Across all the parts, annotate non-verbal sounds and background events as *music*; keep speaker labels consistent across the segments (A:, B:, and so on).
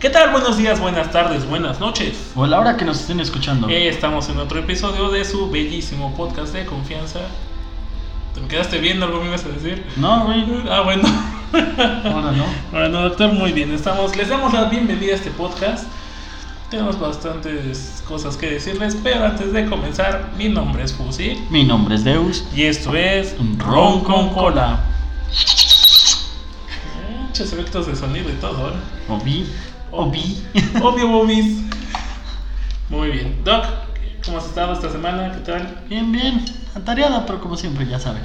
A: ¿Qué tal? Buenos días, buenas tardes, buenas noches.
B: O a la hora que nos estén escuchando.
A: Eh, estamos en otro episodio de su bellísimo podcast de confianza. ¿Te me quedaste viendo algo me ibas a decir?
B: No, güey.
A: Ah, bueno.
B: *laughs* Ahora no.
A: Bueno, doctor, muy bien. Estamos, les damos la bienvenida a este podcast. Tenemos bastantes cosas que decirles, pero antes de comenzar, mi nombre es Fusi
B: Mi nombre es Deus.
A: y esto es Ron con Cola. Eh, Muchos efectos de sonido y todo, ¿eh?
B: Obi. Obi.
A: *laughs* Obvio, Bobis. Muy bien. Doc, ¿cómo has estado esta semana? ¿Qué tal?
B: Bien, bien. Atareada, pero como siempre, ya saben.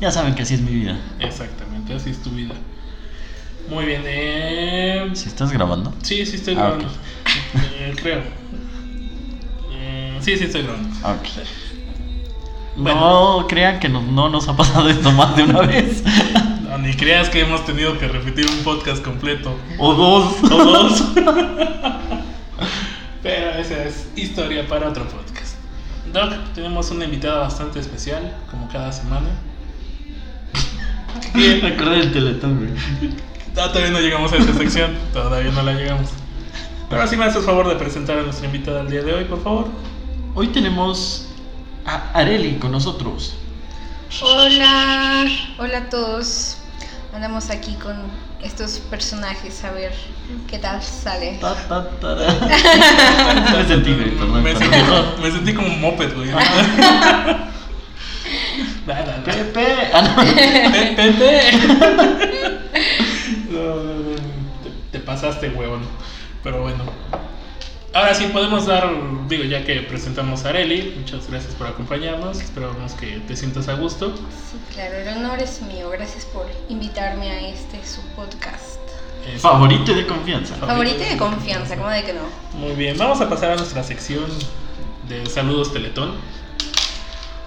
B: Ya saben que así es mi vida.
A: Exactamente, así es tu vida. Muy bien. Eh...
B: Si estás grabando.
A: Sí, sí estoy
B: Ah,
A: grabando. Eh, creo. Eh, sí, sí estoy grabando.
B: Ok.
A: Bueno.
B: Ah, No crean que no, no nos ha pasado esto más de una
A: *laughs*
B: vez.
A: No, Ah, ni creas que hemos tenido que repetir un podcast completo.
B: O dos.
A: O *laughs* dos. Pero esa es historia para otro podcast. Doc, tenemos una invitada bastante especial, como cada
B: *laughs*
A: semana.
B: Me acordé del teletón, güey.
A: Ah, todavía no llegamos a esa sección, todavía no la llegamos. Pero así me haces favor de presentar a nuestra invitada del día de hoy, por favor.
B: Hoy tenemos a Areli con nosotros.
C: Hola, hola a todos. Andamos aquí con estos personajes a ver qué tal sale.
B: Ta, ta, tara.
A: *laughs*
B: me sentí, güey, perdón,
A: Me sentí,
B: perdón.
A: me sentí como un moped,
B: *laughs*
A: güey. Nada, nada.
B: Pepe. Ah,
A: *laughs*
B: no.
A: Pe- Pepe. No, no, no, te, te pasaste, huevón. Pero bueno. Ahora sí podemos dar, digo, ya que presentamos a Areli, muchas gracias por acompañarnos. Esperamos que te sientas a gusto.
C: Sí, claro, el honor es mío. Gracias por invitarme a este su podcast.
A: Eh,
B: Favorito y de confianza.
C: Favorito y de confianza, ¿cómo de que no?
A: Muy bien, vamos a pasar a nuestra sección de saludos Teletón.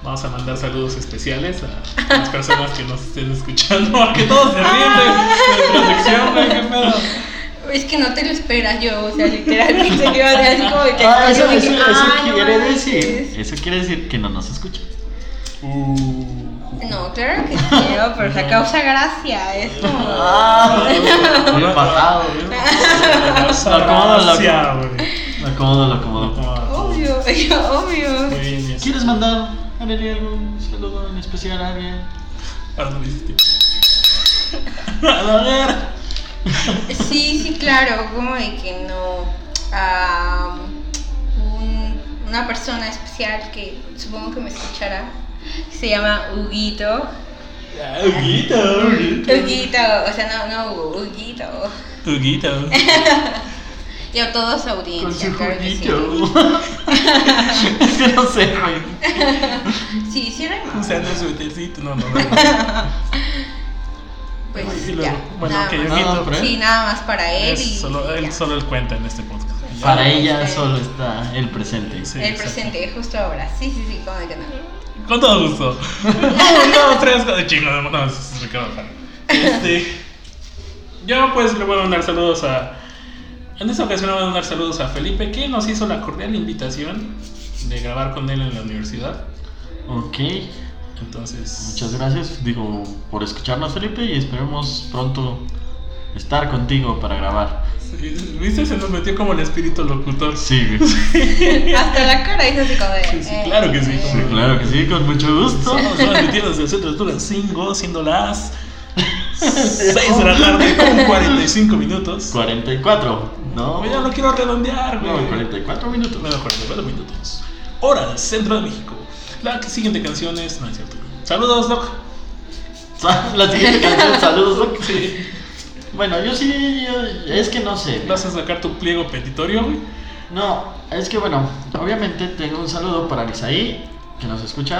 A: Vamos a mandar saludos especiales a las personas que nos estén escuchando, porque todos se ríen de nuestra sección, güey, qué pedo.
C: Es que no te lo esperas yo, o sea, *laughs* literalmente yo o sea, así como de que.
B: Ah, eso,
C: yo de que,
B: eso, eso
C: "Ah, no
B: quiere
C: manches".
B: decir. Eso quiere decir que no nos escucha.
A: Uh.
C: No, claro que sí, no, pero se causa gracia. Es como.
B: Ah, bien pasado,
C: Ah.
A: Gracias,
B: Lo acomodo, lo acomodo.
A: güey.
B: Lo acomodo, lo acomodo.
A: Acomodo.
C: Obvio, *laughs*
A: Muy
C: obvio.
A: bien, yes.
B: ¿Quieres mandar a Nelly algún saludo en especial a alguien?
A: Ah, no, hiciste. A la verga.
C: Sí, sí, claro, como de que no. a un- una persona especial que supongo que me escuchará se llama Huguito.
A: Ah, Huguito, Huguito.
C: Huguito, o sea, no, no Hugo, Huguito. *laughs*
A: Huguito.
C: Y a toda su
B: Con
C: audiencia,
B: su
C: claro que sí.
B: juguito. *laughs* Es que no sé, güey.
C: Sí, sí, Raymond.
A: Usando su suétercito, no,
C: *laughs*
A: no, no.
C: Pues
A: Y luego,
C: ya.
A: bueno,
C: nada
A: ok,
C: más.
A: Huguito.
B: No, pero-
C: Sí, nada más para él.
A: Es
C: y
A: solo,
C: y
A: él
C: ya.
A: solo él cuenta en este podcast.
B: Para ella solo está el presente.
A: Sí,
C: El
A: exacto.
C: presente, justo ahora. Sí, sí, sí, como de que no. *laughs*
A: Con todo gusto. Un, dos, tres, cuatro. Chingo, no, no, es es Ricardo Farah. Este. Yo, pues, le voy a mandar saludos a. En esta ocasión le voy a mandar saludos a Felipe, que nos hizo la cordial invitación de grabar con él en la universidad.
B: Ok,
A: Entonces.
B: muchas gracias. Digo, por escucharnos, Felipe, y esperemos pronto estar contigo para grabar.
A: Sí, ¿Viste? Se nos metió como el espíritu locutor.
B: Sí, güey.
C: Hasta la cara hizo así como de.
A: Sí, sí, claro que sí,
C: eh,
A: como
B: Sí, claro que sí, con mucho gusto.
A: Estamos transmitiendo desde el centro de Tulan 5, siendo las 6 de la
B: *laughs*
A: tarde con 45 minutos.
B: 44, ¿no?
C: Pues
A: Oye, no quiero redondear, güey.
B: No, 44 minutos. *laughs*
A: Bueno, 44 minutos. Hora del centro de México. La siguiente canción es. No es cierto. Saludos, Doc.
B: Ah, La siguiente
C: *laughs*
B: canción, saludos. Doc. Bueno, yo sí, yo- es que no sé.
A: ¿Vas a sacar tu pliego petitorio, güey?
B: No, es que bueno, obviamente tengo un saludo para Misaí, que nos escucha,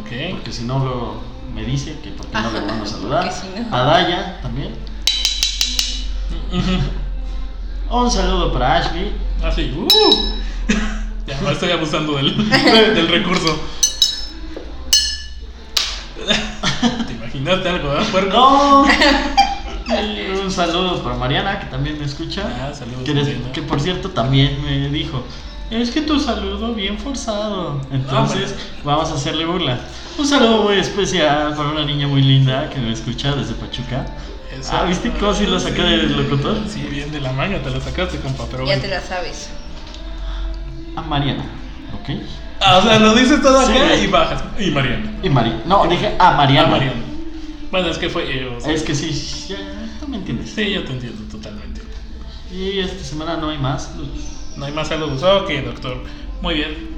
A: Ok.
B: porque si no luego me dice que por qué no le mando a saludar.
C: Porque si no.
B: A Daya
C: *laughs*
B: también.
A: Ujú.
B: Un saludo para Ashley.
A: Así. Uh. *laughs* Ya, ahora estoy abusando del, *laughs* del recurso. *laughs* ¿Te imaginaste algo, eh, puerco?
C: *laughs*
B: No. Y un saludo para Mariana, que también me escucha.
A: Ah, saludos,
B: que, eres-
A: Mariana.
B: que por cierto también me dijo, es que tu saludo bien forzado. Entonces vamos a hacerle burla. Un saludo muy especial para una niña muy linda que me escucha desde Pachuca.
A: Eso.
B: Ah, ¿viste cómo sí lo saqué del locutor?
A: Sí, bien de la manga te lo sacaste, compa, pero
C: Ya
A: bueno.
C: te la sabes.
B: A Mariana, ¿ok?
A: Ah, o sea, lo dices todo
B: Sí,
A: acá
B: güey.
A: y bajas. Y Mariana.
B: Y Mariana. No, dije a Mariana.
A: Ah, Mariana. Bueno, es que fue. eh, o sea,
B: Es que sí, ya, tú me entiendes.
A: Sí, yo te entiendo totalmente.
B: Y esta semana no hay más. pues,
A: No hay más saludos. Ok, doctor. Muy bien.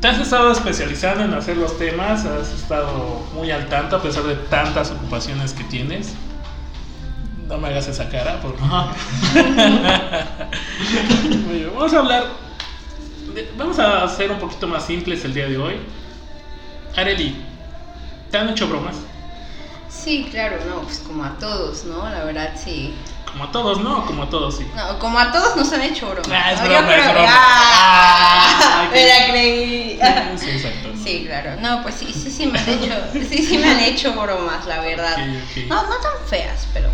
A: Te has estado especializando en hacer los temas, has estado muy al tanto a pesar de tantas ocupaciones que tienes. No me hagas esa cara, por
B: Ajá.
A: Muy bien, Vamos a hablar. de- vamos a hacer un poquito más simples el día de hoy. Areli, ¿te han hecho bromas?
C: Sí, claro, no, pues como a todos, ¿no? La verdad sí.
A: Como a todos, ¿no? Como a todos, sí.
C: No, como a todos nos han hecho bromas.
A: Ah, es
C: ¿no?
A: broma, es broma.
C: ¡Ah!
B: Ah,
C: me la
B: ok.
C: creí.
A: Sí, exacto. *laughs*
C: Sí, claro. No, pues sí, sí, sí me han hecho, sí, sí me han hecho bromas, la verdad.
A: Ok, ok.
C: No, no tan feas, pero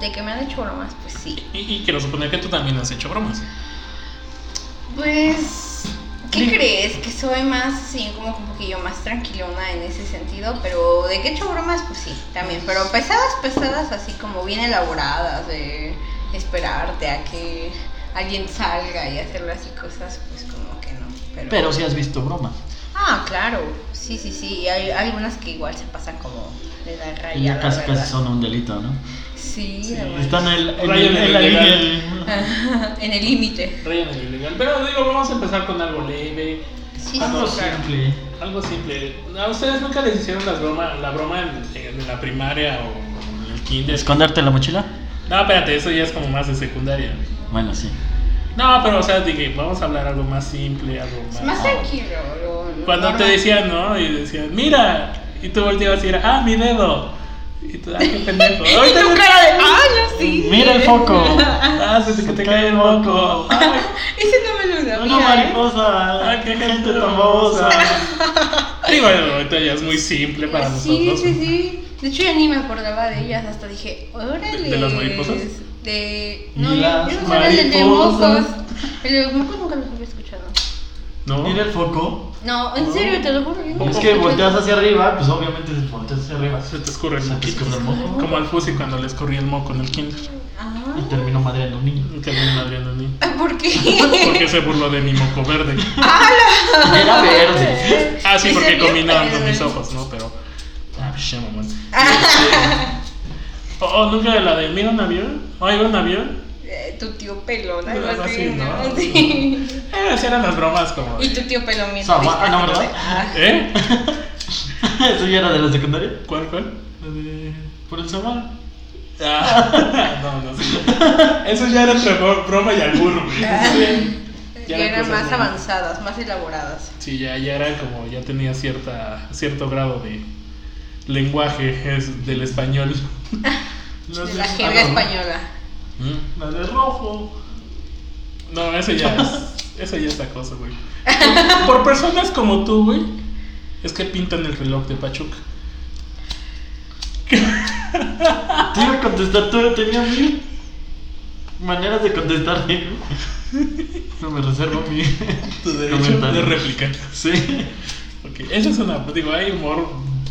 C: de que me han hecho bromas, pues sí.
A: Y, y quiero suponer que tú también has hecho bromas.
C: Pues, ¿qué
A: Dime.
C: crees? Que soy más, sí, como que un poquillo más tranquilona en ese sentido, pero de que he hecho bromas, pues sí, también. Pero pesadas, pesadas, así como bien elaboradas, de esperarte a que alguien salga y hacerle así cosas, pues como que no.
B: Pero sí has visto bromas.
C: Ah, claro, sí, sí, sí. y Hay, hay algunas que igual se pasan como de la raya.
B: Y ya
C: la
B: casi
C: verdad.
B: casi son un delito, ¿no?
C: Sí, la verdad.
B: Están en, el- en,
A: Rayo
B: el-
A: en el
B: en la
A: ilegal.
B: línea del-
C: *laughs* en el límite.
A: Rayan el ilegal. Pero digo, vamos a empezar con algo leve,
C: Sí, sí,
B: Algo
C: claro.
B: simple.
A: algo simple. ¿A ustedes nunca les hicieron las broma, la broma en, en la primaria o en el kinder?
B: ¿Esconderte la mochila?
A: No, espérate, eso ya es como más de secundaria.
B: Bueno, sí.
A: No, pero o sea, dije, vamos a hablar algo más simple, algo
C: Es
A: más.
C: más tranquilo. lo- lo
A: Cuando te
C: normal.
A: decían, ¿no? Y decían, mira. Y tú volteabas y era, ah, mi dedo. Y tú, ah, qué
C: *laughs*
A: pendejo.
C: Y tu cara de ¡Ay, no, sí!
B: Mira el
C: *laughs*
B: foco.
A: Ah, se te,
B: Se
A: te
B: cae
A: cae el
B: el
A: moco.
B: moco.
A: Ay,
C: Ese no me lo sabía.
B: Una
C: ¿eh?
B: mariposa. Ah,
A: ay, qué gente tan
B: famosa.
C: *laughs*
A: babosa. Y bueno, ahorita ya es muy simple para
C: Sí,
A: nosotros.
C: sí, sí. De hecho, ya ni me acordaba de ellas. Hasta dije, órale.
A: ¿De las mariposas?
C: De. No, yo,
B: Las
C: yo no sabía el de mocos.
B: mariposas.
C: El de mocos nunca los había escuchado.
A: ¿No?
B: Mira el foco.
C: No, en serio, te lo juro. yo nunca
B: Es
C: había
B: que
C: escuchado.
B: volteas hacia arriba, pues obviamente si volteas hacia arriba.
A: Se te escurre el
B: Se te
A: moquito.
B: escurre el moco.
A: Como al Fusi cuando le escurría el moco en el kinder.
C: Ah.
B: Y terminó madreando un
C: *laughs*
B: niño.
A: Y terminó madreando a mí.
C: ¿Por qué?
A: Porque se burló de mi moco verde.
B: Era verde.
A: *laughs*
C: *laughs*
A: Ah, sí,
C: ¿En
A: porque
C: serio?
A: combinaban con mis ojos, ¿no? Pero. Ah, pinche mamón. O o nunca la de mira un avión, oiga un avión.
C: Eh, Tu tío pelón, algo
A: Algo
C: así,
A: así,
C: ¿no?
A: ¿no?
C: Sí.
A: Eh, así eran las bromas como. de,
C: Y tu tío pelón bien
B: Sama-
C: triste,
B: ah, no,
C: así
B: ¿verdad?
C: de, ah.
A: ¿Eh?
B: ¿Eso ya era de la secundaria?
A: ¿Cuál, cuál?
B: La de... Por el Samar.
A: Ah, *laughs* no, no sé. Eso ya era entre bro- broma y albur, güey.
C: Ya
A: Ya
C: eran
A: eran
C: más
A: cosas buenas.
C: avanzadas, más elaboradas.
A: Sí, ya, ya era como, ya tenía cierta, cierto grado de lenguaje es del español.
C: de la jerga española.
A: ¿Mm?
B: Ah, La de rojo.
A: No, eso ya
B: *laughs*
A: es, eso ya es acoso, güey. Por, por personas como tú, güey, es que pintan el reloj de Pachuca.
B: Te iba a contestar todo, tenía mil maneras de contestar. ¿eh? *laughs* No me reservo mi
A: Tu derecho
B: comentario.
A: de réplica.
B: Sí.
A: Ok, eso es una, digo, hay humor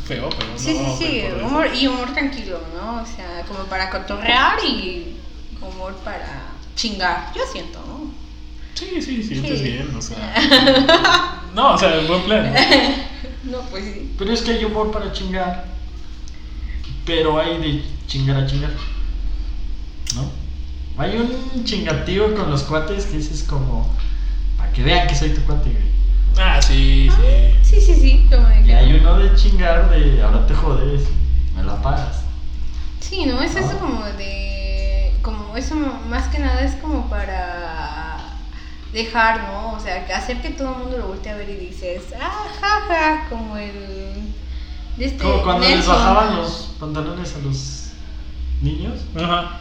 A: feo, pero no.
C: Sí, sí,
A: vamos a
C: sí,
A: ir por eso.
C: humor, y humor tranquilo, ¿no? O sea, como para cotorrear y humor para chingar, yo siento, ¿no?
A: Sí, sí, sientes
C: Sí.
A: bien, o sea.
C: *laughs*
A: No, o sea, buen plan. ¿no?
C: No, pues sí.
B: Pero es que hay humor para chingar. Pero hay de chingar a chingar. ¿No? Hay un chingativo con los cuates que dices como. Para que vean que soy tu cuate, güey.
A: Ah, sí, sí.
C: Sí, sí, sí, como de
B: Y
C: que-
B: hay uno de chingar de. Ahora te jodes. Me la pagas.
C: Sí, ¿no? Es eso
B: Ah.
C: como de... Como eso m- más que nada es como para dejar, ¿no? O sea, que hacer que todo el mundo lo voltee a ver y dices, ah, jaja, como el... De este
B: Como cuando les
C: Nelson.
B: bajaban los pantalones a los niños.
C: Ah.
A: Ajá.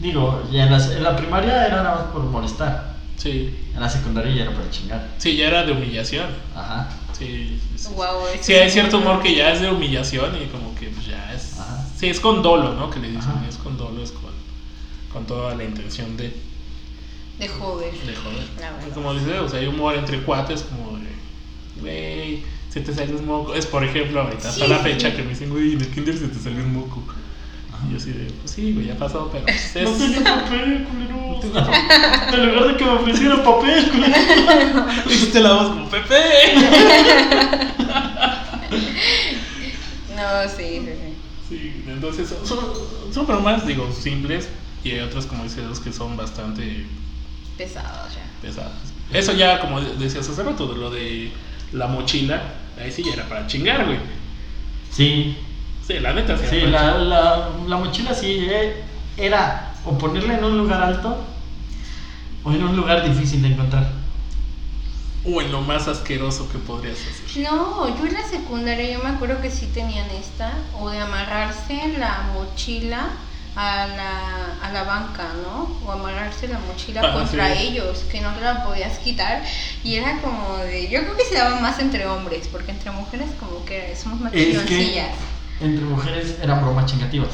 B: Digo, ya en, las- en la primaria era nada más por molestar.
A: Sí.
B: En la secundaria ya era para chingar.
A: Sí, ya era de humillación.
B: Ajá.
A: Sí. sí, sí.
C: Guau, es
A: Sí, hay cierto humor que ya es de humillación y como que pues, ya es.
B: Ajá.
A: Sí, es con dolo, ¿no? Que le dicen,
B: Ajá.
A: es con dolo, es con, con toda la intención de,
C: De joven. Ah,
A: de joder. Pues
C: La verdad.
A: Como dice, o sea, hay humor entre cuates como de. Güey, se te sale un moco. Es por ejemplo, ahorita, hasta
C: Sí,
A: la
C: sí.
A: fecha que me dicen, güey, en el kinder se te salió un moco. Y yo así de, pues sí, güey, ya pasó, pero pues,
B: No
A: *laughs* es...
B: tenía papel, culeros. En lugar de que me ofrecieran papel, culeros.
A: Hiciste la voz como Pepe.
C: No, sí, sí, sí.
A: Sí, entonces son, son, son bromas, digo, simples. Y hay otras, como dice dos, que son bastante
C: Pesado ya.
A: pesadas. Eso ya, como decías hace rato, de lo de la mochila, ahí sí ya era para chingar, güey.
B: Sí,
A: Sí, la neta, sí.
B: sí,
A: era para
B: la, la, la mochila sí eh, era o ponerla en un lugar alto o en un lugar difícil de encontrar.
A: chingar. O en lo más asqueroso que podrías hacer.
C: No, yo en la secundaria yo me acuerdo que sí tenían esta, o de amarrarse la mochila a la, a la banca, ¿no? O amarrarse la mochila
A: Ah,
C: contra
A: sí.
C: ellos, que no te la podías quitar. Y era como de, yo creo que se daba más entre hombres, porque entre mujeres como que somos más
B: Es que-
C: chilloncillas.
B: Entre mujeres eran bromas chingativas.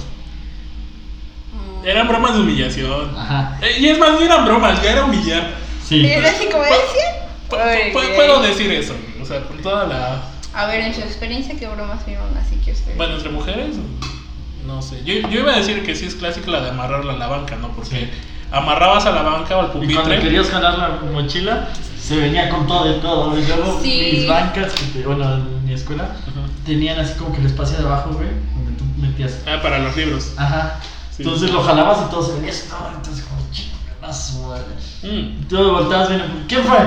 C: Mm.
A: Eran bromas de humillación.
B: Ajá.
A: Eh, Y es más, no eran bromas, ya era humillar.
B: Sí.
C: *laughs* Era así como
A: Pu- pu-
C: decían. Ok.
A: Puedo decir eso, o sea, con toda la.
C: A ver, en su experiencia, ¿qué bromas vieron así que ustedes?
A: Bueno, entre mujeres, no sé. Yo, yo iba a decir que sí es clásica la de amarrarla a la banca, ¿no? Porque
B: Sí.
A: amarrabas a la banca o al
B: Y cuando
A: pupitre.
B: querías jalar la mochila, se venía con todo de todo. Y luego
C: Sí.
B: mis bancas, que te- bueno, en mi escuela,
A: Ajá.
B: tenían así como que el espacio de abajo, güey, donde tú metías.
A: Ah, para los libros.
B: Ajá.
A: Sí.
B: Entonces lo jalabas y todo se venía así, todo, entonces como chingadas, madre.
A: Mm,
B: Y tú me volteabas bien, ¿quién fue?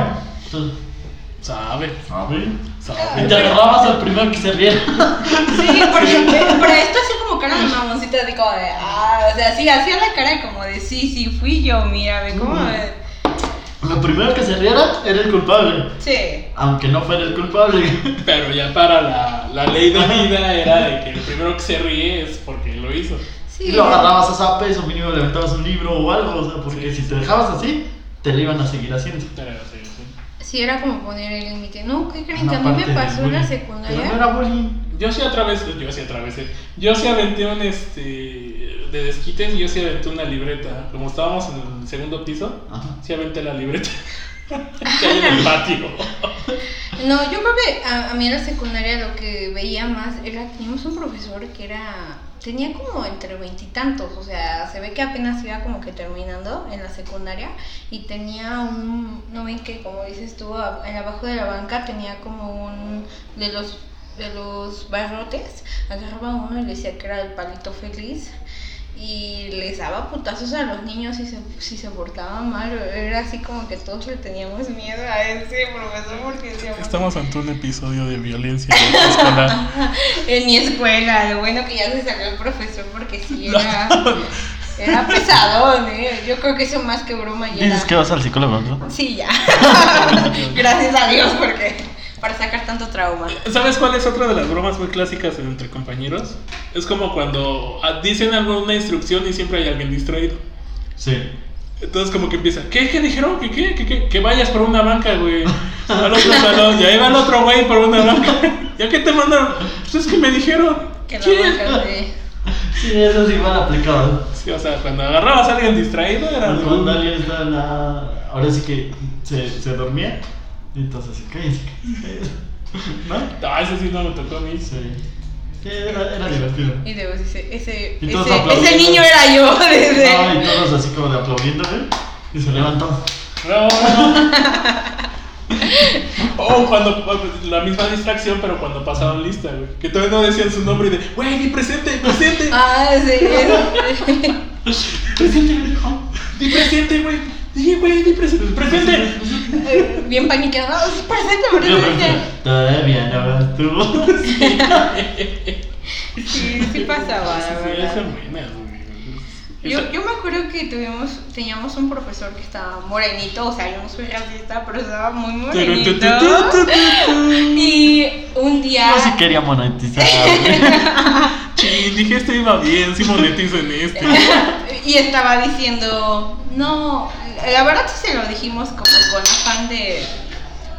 B: Tú,
A: sabe,
B: ¿sabes?
A: sabe.
B: Y te agarrabas al primero que se riera. *laughs*
C: Sí, porque pero esto así como cara de mamoncita, así como de, ah, o sea, sí, hacía la cara como de, sí, sí, fui yo, mira, ve cómo. me-".
B: Lo primero que se riera era el culpable.
C: Sí.
B: Aunque no fuera el culpable.
A: Pero ya para la, la ley de vida era de que el primero que se ríe es porque lo hizo.
C: Sí.
B: Y lo agarrabas a zapes o mínimo le aventabas un libro o algo, o sea, porque si te dejabas así, te lo iban a seguir haciendo.
A: Pero sí, sí.
C: Sí, era como poner el límite. No, ¿qué creen? Que a
B: Una
C: mí me
B: parte
C: pasó
B: del
C: en la
B: bullying. Pero no
C: secundaria.
B: era bullying.
A: Yo sí atravesé, yo sí atravesé. Yo sí aventé un este de desquites y yo sí aventé una libreta. Como estábamos en el segundo piso,
B: Ajá.
A: sí aventé la libreta. *laughs* que hay en el patio.
C: No, yo creo que a, a mí en la secundaria lo que veía más era, teníamos un profesor que era, tenía como entre veintitantos, o sea, se ve que apenas iba como que terminando en la secundaria y tenía un, no ven que como dices tú, a- en abajo de la banca tenía como un, de los, de los barrotes, agarraba uno y le decía que era el palito feliz y les daba putazos a los niños si se, si se portaban mal. Era así como que todos le teníamos miedo a ese profesor porque decíamos,
A: Estamos ante un episodio de violencia escolar.
C: en mi escuela, lo bueno que ya se salió el profesor porque
B: *laughs*
C: sí era, era pesadón, ¿eh? Yo creo que eso más que broma ya
B: Dices que
C: era...
B: vas al psicólogo, ¿no?
C: Sí, ya. *laughs* Gracias a Dios porque para sacar tanto trauma.
A: ¿Sabes cuál es otra de las bromas muy clásicas entre compañeros? Es como cuando ah, dicen alguna instrucción y siempre hay alguien distraído.
B: Sí.
A: Entonces como que empieza, ¿qué? ¿Qué dijeron? ¿Qué? ¿Qué? ¿Qué? qué? Que vayas por una banca, güey. Al otro salón. Y ahí va el otro güey por una banca. *laughs* ¿Ya qué te mandaron? Pues es que me dijeron.
C: Que
A: ¿Qué?
C: la boca de-
B: Sí, eso sí mal aplicado.
A: Sí, o sea, cuando agarrabas a alguien distraído era... de-
B: Cuando alguien está en la... Ahora sí que se, se dormía, entonces cállense, cállense. ¿No?
A: No, eso "Ah, sí no me tocó a mí.
B: Sí. Sí, era, era divertido.
C: Y luego dice, ese,
B: Y todos
C: ese,
B: aplaudiendo.
C: ese niño era yo *laughs* desde...
B: No, y todos así como de aplaudiéndole y se levantó.
A: Bravo. *laughs* Oh, cuando la misma distracción, pero cuando pasaron lista, güey. Que todavía no decían su nombre y de, güey, di presente, presente,
C: Ah, sí. es-
B: Presente, hijo.
A: di presente, güey. Dije, güey, di presente, presente.
C: Eh, *laughs* bien paniqueados. Presente,
B: Yo
C: presente.
B: pensé, Todavía no vas tú.
C: Sí, sí pasaba, la
A: Sí,
C: verdad.
A: esas buenas, güey.
C: Yo, yo me acuerdo que tuvimos, teníamos un profesor que estaba morenito, o sea, yo no soy racista, pero estaba muy morenito. Y un
B: *laughs*
C: día...
B: No se quería monetizar. güey.
A: Ching, dije, este iba bien, sí monetizo en
C: *laughs*
A: este.
C: y estaba diciendo, no, la verdad sí se lo dijimos como con afán de,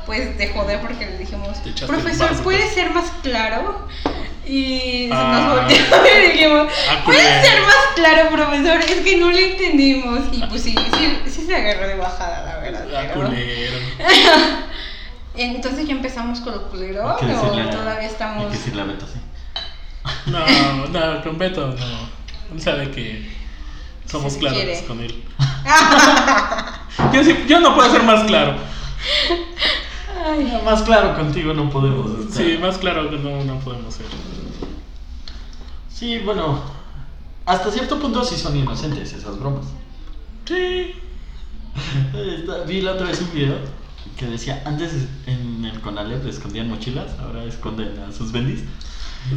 C: pues, de joder, porque le dijimos,
A: Te echaste el
C: profesor,
A: vaso,
C: ¿puede
A: pues".
C: ser más claro? Y se
A: Ah.
C: nos volteó y le dijimos,
A: Ah,
C: ¿puede
A: culero.
C: ser más claro, profesor? Es que no le entendimos. Y pues sí, sí, sí se agarró de bajada, la verdad.
A: Ah,
C: pero-
A: culero.
C: Entonces ya empezamos con lo culero,
B: Hay que
C: o
B: decirle a-
C: todavía
B: Hay
C: estamos...
B: que decirle a Beto, sí.
A: No, no, con Beto, no. Él sabe que somos
C: Sí,
A: claros
C: quiere.
A: con
C: *laughs*
A: él. Yo, sí- yo no puedo ser más claro.
C: Ay,
B: Más claro contigo no podemos estar.
A: Sí, más claro que no, no podemos ser.
B: Sí, bueno. Hasta cierto punto sí son inocentes esas bromas.
A: Sí.
B: Esta- Vi la otra vez un video que decía, antes en el Conalep escondían mochilas, ahora esconden a sus bendis. *laughs*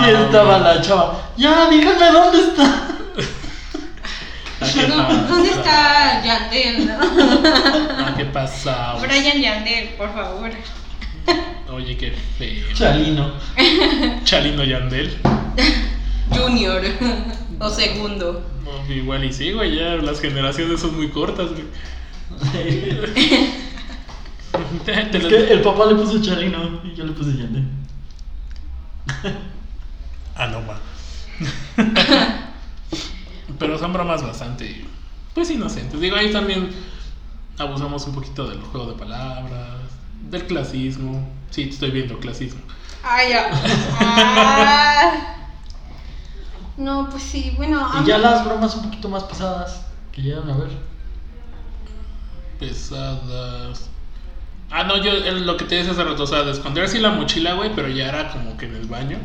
B: y estaba la chava, ya, díganme dónde está.
C: ¿dó- *laughs* ¿Dónde está Yandel? *laughs* no?
A: Ah, ¿Qué pasa?
C: Brian Yandel, por favor.
A: Oye, qué feo.
B: Chalino.
A: Chalino Yandel.
C: Junior *laughs* o segundo.
A: No, igual y sí, güey, ya las generaciones son muy cortas, güey.
B: es
A: *laughs* Te- te lo-
B: que el papá le puso Chalino y yo le puse Yandel.
A: Ah, no, ma. *laughs* Pero son bromas bastante, pues, inocentes. Digo, ahí también abusamos un poquito del juego de palabras, del clasismo. Sí, te estoy viendo clasismo.
C: Ay, ya. Ah. No, pues sí, bueno. a
B: Y ya
C: mí-
B: las bromas un poquito más pesadas que llegaron a ver.
A: Pesadas. Ah, no, yo el- lo que te decía hace rato, o sea, de esconder sí la mochila, güey, pero ya era como que en el baño.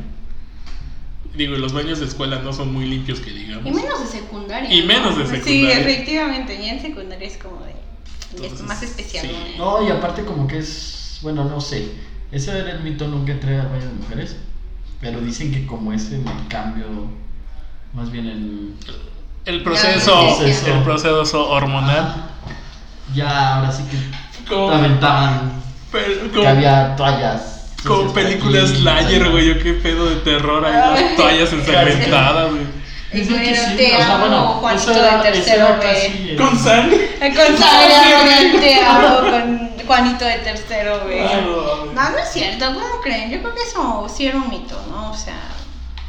A: Digo, y los baños de escuela no son muy limpios que digamos.
C: Y menos de secundaria.
A: Y menos de secundaria.
C: Sí, efectivamente. Y en secundaria es como de. es
A: Entonces,
C: más especial.
A: sí.
C: ¿no?
B: No, y aparte como que es, bueno, no sé, ese era el mito, nunca entré al baño de mujeres, pero dicen que como es en el cambio, más bien en...
A: El proceso,
C: Ya, ya, Ah.
B: ya.
A: el proceso hormonal.
B: Ya, ahora sí que
A: Como,
B: te aventaban,
A: pel-
B: que
A: como-
B: había toallas.
A: como
B: sucias por
A: películas
B: aquí,
A: Slayer,
B: toallas.
A: güey, yo qué pedo de terror ahí, las
C: Ay.
A: toallas ensangrentadas, güey.
B: Dicen que
C: Pero
B: sí,
C: te
B: o sea,
C: amo,
B: bueno,
C: Juanito
B: eso era-
C: de
B: eso
C: tercero
B: era
C: B.
B: casi eh. el-
A: Con sangre.
C: Con Sara,
A: *laughs*
C: te amo, con Juanito de tercero, güey. No, no es cierto, ¿cómo creen? Yo creo que eso sí era un mito, ¿no? O sea,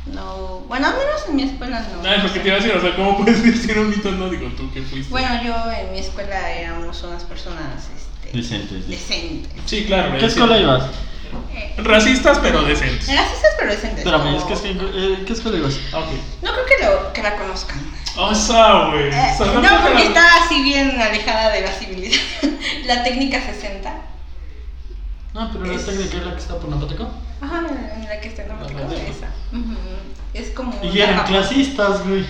C: no. Bueno, al menos en mi escuela no.
A: Nada, es lo que te iba a decir, o sea, ¿cómo puedes decir un mito no? Digo, tú que fuiste.
C: Bueno, yo en mi escuela éramos unas personas este,
B: Decentes, sí.
C: decentes.
A: sí, claro.
B: ¿Qué
A: güey, sí.
B: escuela ibas?
C: Eh,
A: Racistas, pero decentes.
C: racistas pero decentes.
B: Espérame,
C: como-
B: es que, es que- eh, ¿qué escuela ibas?
A: Ok.
C: No creo que, lo, que la conozcan.
A: O sea, güey.
C: Eh,
A: o sea, no
C: no,
A: creo que
C: porque
A: la-
C: está así bien alejada de la civilización. *laughs* la técnica 60.
B: No, pero
C: Es-
B: la técnica es la que está por Napatecó.
C: Ajá, en la que está en la
A: La
C: de
A: bandera.
C: esa. Ujú. Es como.
B: Y
C: una
B: eran
C: japa-
B: clasistas,
C: *laughs*
B: güey.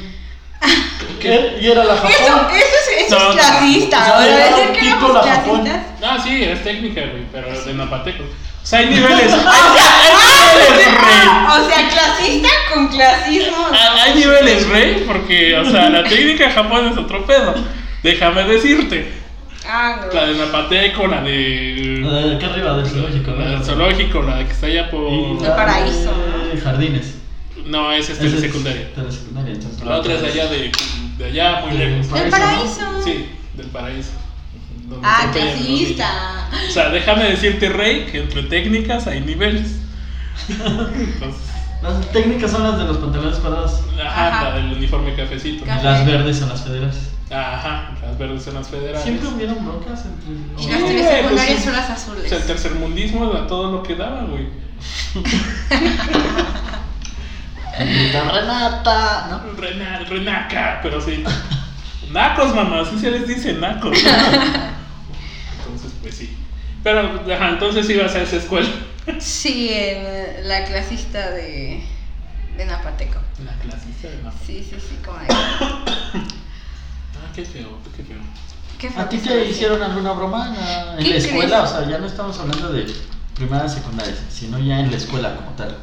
A: ¿Qué?
B: Y era la Japón.
C: Eso, eso es,
A: No,
C: eso es
A: no.
B: O
C: clasista.
B: sea,
C: ¿verdad?
B: era
C: Decir
B: un
C: que
B: tipo
C: éramos
B: la Japón.
C: clasistas.
A: Ah, sí, es técnica, güey, pero de Napateco. O
C: *laughs*
A: sea, hay niveles. Hay, hay niveles, rey.
C: O sea, clasista con clasismo.
A: Ah, Hay niveles, rey, porque, o sea,
C: *laughs*
A: la técnica de Japón es otro pedo. Déjame decirte.
C: Ah, no.
A: La de Napateco, la de.
B: La Eh, de acá arriba del zoológico,
A: La del
B: ¿no?
A: zoológico, la que está allá por.
B: Y eh,
C: De paraíso,
B: de Jardines.
A: No, esa es de secundaria.
B: De la secundaria, entonces.
A: La otra es de allá, de, de allá, muy
B: Ah, Del
A: lejos.
C: Del
B: paraíso,
C: paraíso.
A: Sí, del paraíso. Donde
C: Ah,
A: atropellan a los
C: clasista.
A: O sea, déjame decirte, Rey, que entre técnicas hay niveles. Entonces,
B: Las técnicas son las de los pantalones cuadrados.
A: ajá,
C: Ajá.
A: la del uniforme cafecito.
C: Café.
B: Las verdes son las federales.
A: Ajá, las verdes en las federales.
B: Siempre hubieron broncas entre.
C: Y
A: Sí,
C: las
A: güey,
C: tres
A: pues
C: secundarias
A: sí.
C: son las
A: O sea, el
C: azules.
A: tercermundismo a todo lo que daba, güey.
B: Grita, Renata, ¿no?
A: Rena, renaca, pero sí. Nacos, mamá, así se les dice nacos. Entonces, pues sí. Pero, ajá, entonces ibas a esa escuela.
C: Sí, en la clasista de, de Napateco.
A: La clasista de mamá.
C: Sí, sí, sí, como de.
A: Ah, qué feo, qué feo.
C: ¿Qué fue
B: ¿A ti
C: que se
B: te
C: decía?
B: hicieron alguna broma en la- en
C: ¿Qué
B: la escuela? O
C: crees?
B: sea, ya no estamos hablando de primaria secundaria, sino ya en la escuela como tal.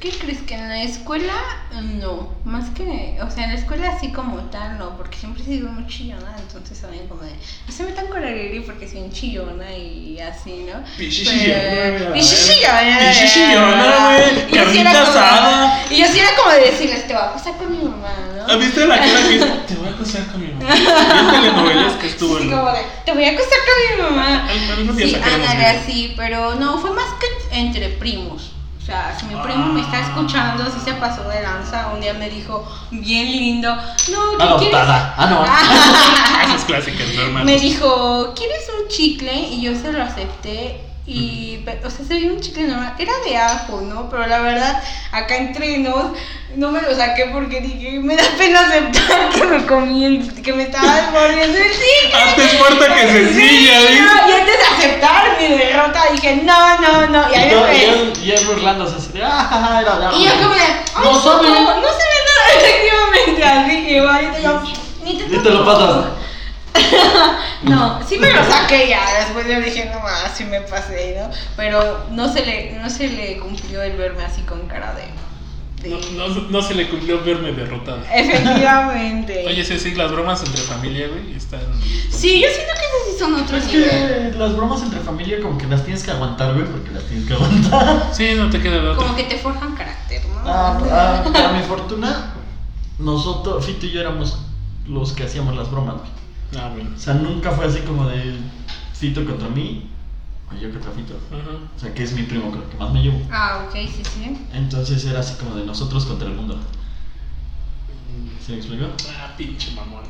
C: ¿Qué crees que en la escuela? No, más que, o sea, en la escuela así como tal, no, porque siempre he sido muy chillona, entonces también como de, no se me tan con Areli porque soy un chillona y así, ¿no?
A: Pichichillona,
C: Pero- Pichichillona.
A: Pichichillona, güey,
C: Y yo sí era
A: carnita
C: como-
A: asada.
C: Y yo sí era como de decirles, te voy a pasar con mi mamá,
A: ¿Ah,
C: ¿no?
A: ¿Viste la cara que hizo? Te voy a acusar con mi mamá. ¿Viste telenovelas que estuvo
C: Así
A: en
C: como de, te voy a acostar con mi mamá.
A: Al- algunos días
C: Sí,
A: sacaremos
C: ándale
A: video.
C: así, pero no, fue más que entre primos. O sea, si mi primo me está
A: Ah.
C: escuchando, así se pasó de lanza. Un día me dijo, bien lindo, no, ¿qué
B: Adoptada. Ah, no.
A: Ah, Esas clásicas,
C: quieres? *laughs* Me
A: hermano.
C: dijo, ¿quieres un chicle? Y yo se lo acepté. Y, pe- o sea, se veía un chicle normal. Era de ajo, ¿no? Pero la verdad, acá entre nos, no me lo saqué porque dije, me da pena aceptar que me comí, el- que me estaba desmordiendo el chicle.
A: Antes muerta que sencilla,
C: Sí,
A: ¿viste?
C: no, y antes de aceptar mi derrota, dije, no, no, no. Y ahí
B: Y,
C: me
B: yo,
C: reí.
B: y, él- y él burlándose así de, ah, ja, ja, era de ajo".
C: Y yo como de, "Ay,
B: No
C: no,
B: sabe".
C: no se ve nada efectivamente así, igualito yo, ni te,
B: Y te lo pasas.
C: No, sí me lo saqué ya, después yo dije, no más, sí me pasé, ¿no? Pero no se le, no se le cumplió el verme así con cara de... de-
A: No, no- no se le cumplió verme derrotada.
C: Efectivamente.
A: Oye, sí, sí, las bromas entre familia, güey, están.
C: Sí, yo siento que esos sí son otros
B: Es
C: niveles.
B: que las bromas entre familia como que las tienes que aguantar, güey, porque las tienes que aguantar.
A: Sí, no te queda de otra.
C: Como que te forjan carácter, ¿no?
B: Ah, ah, para *laughs* mi fortuna, nosotros, Fito y yo éramos los que hacíamos las bromas, güey.
A: Ah, bueno.
B: O sea, nunca fue así como de Fito contra mí, o yo contra Fito.
A: Ajá.
B: O sea, que es mi primo con el que más me llevo.
C: Ah, ok, sí, sí.
B: Entonces era así como de nosotros contra el mundo. ¿Se me explicó?
A: Ah, pinche mamón.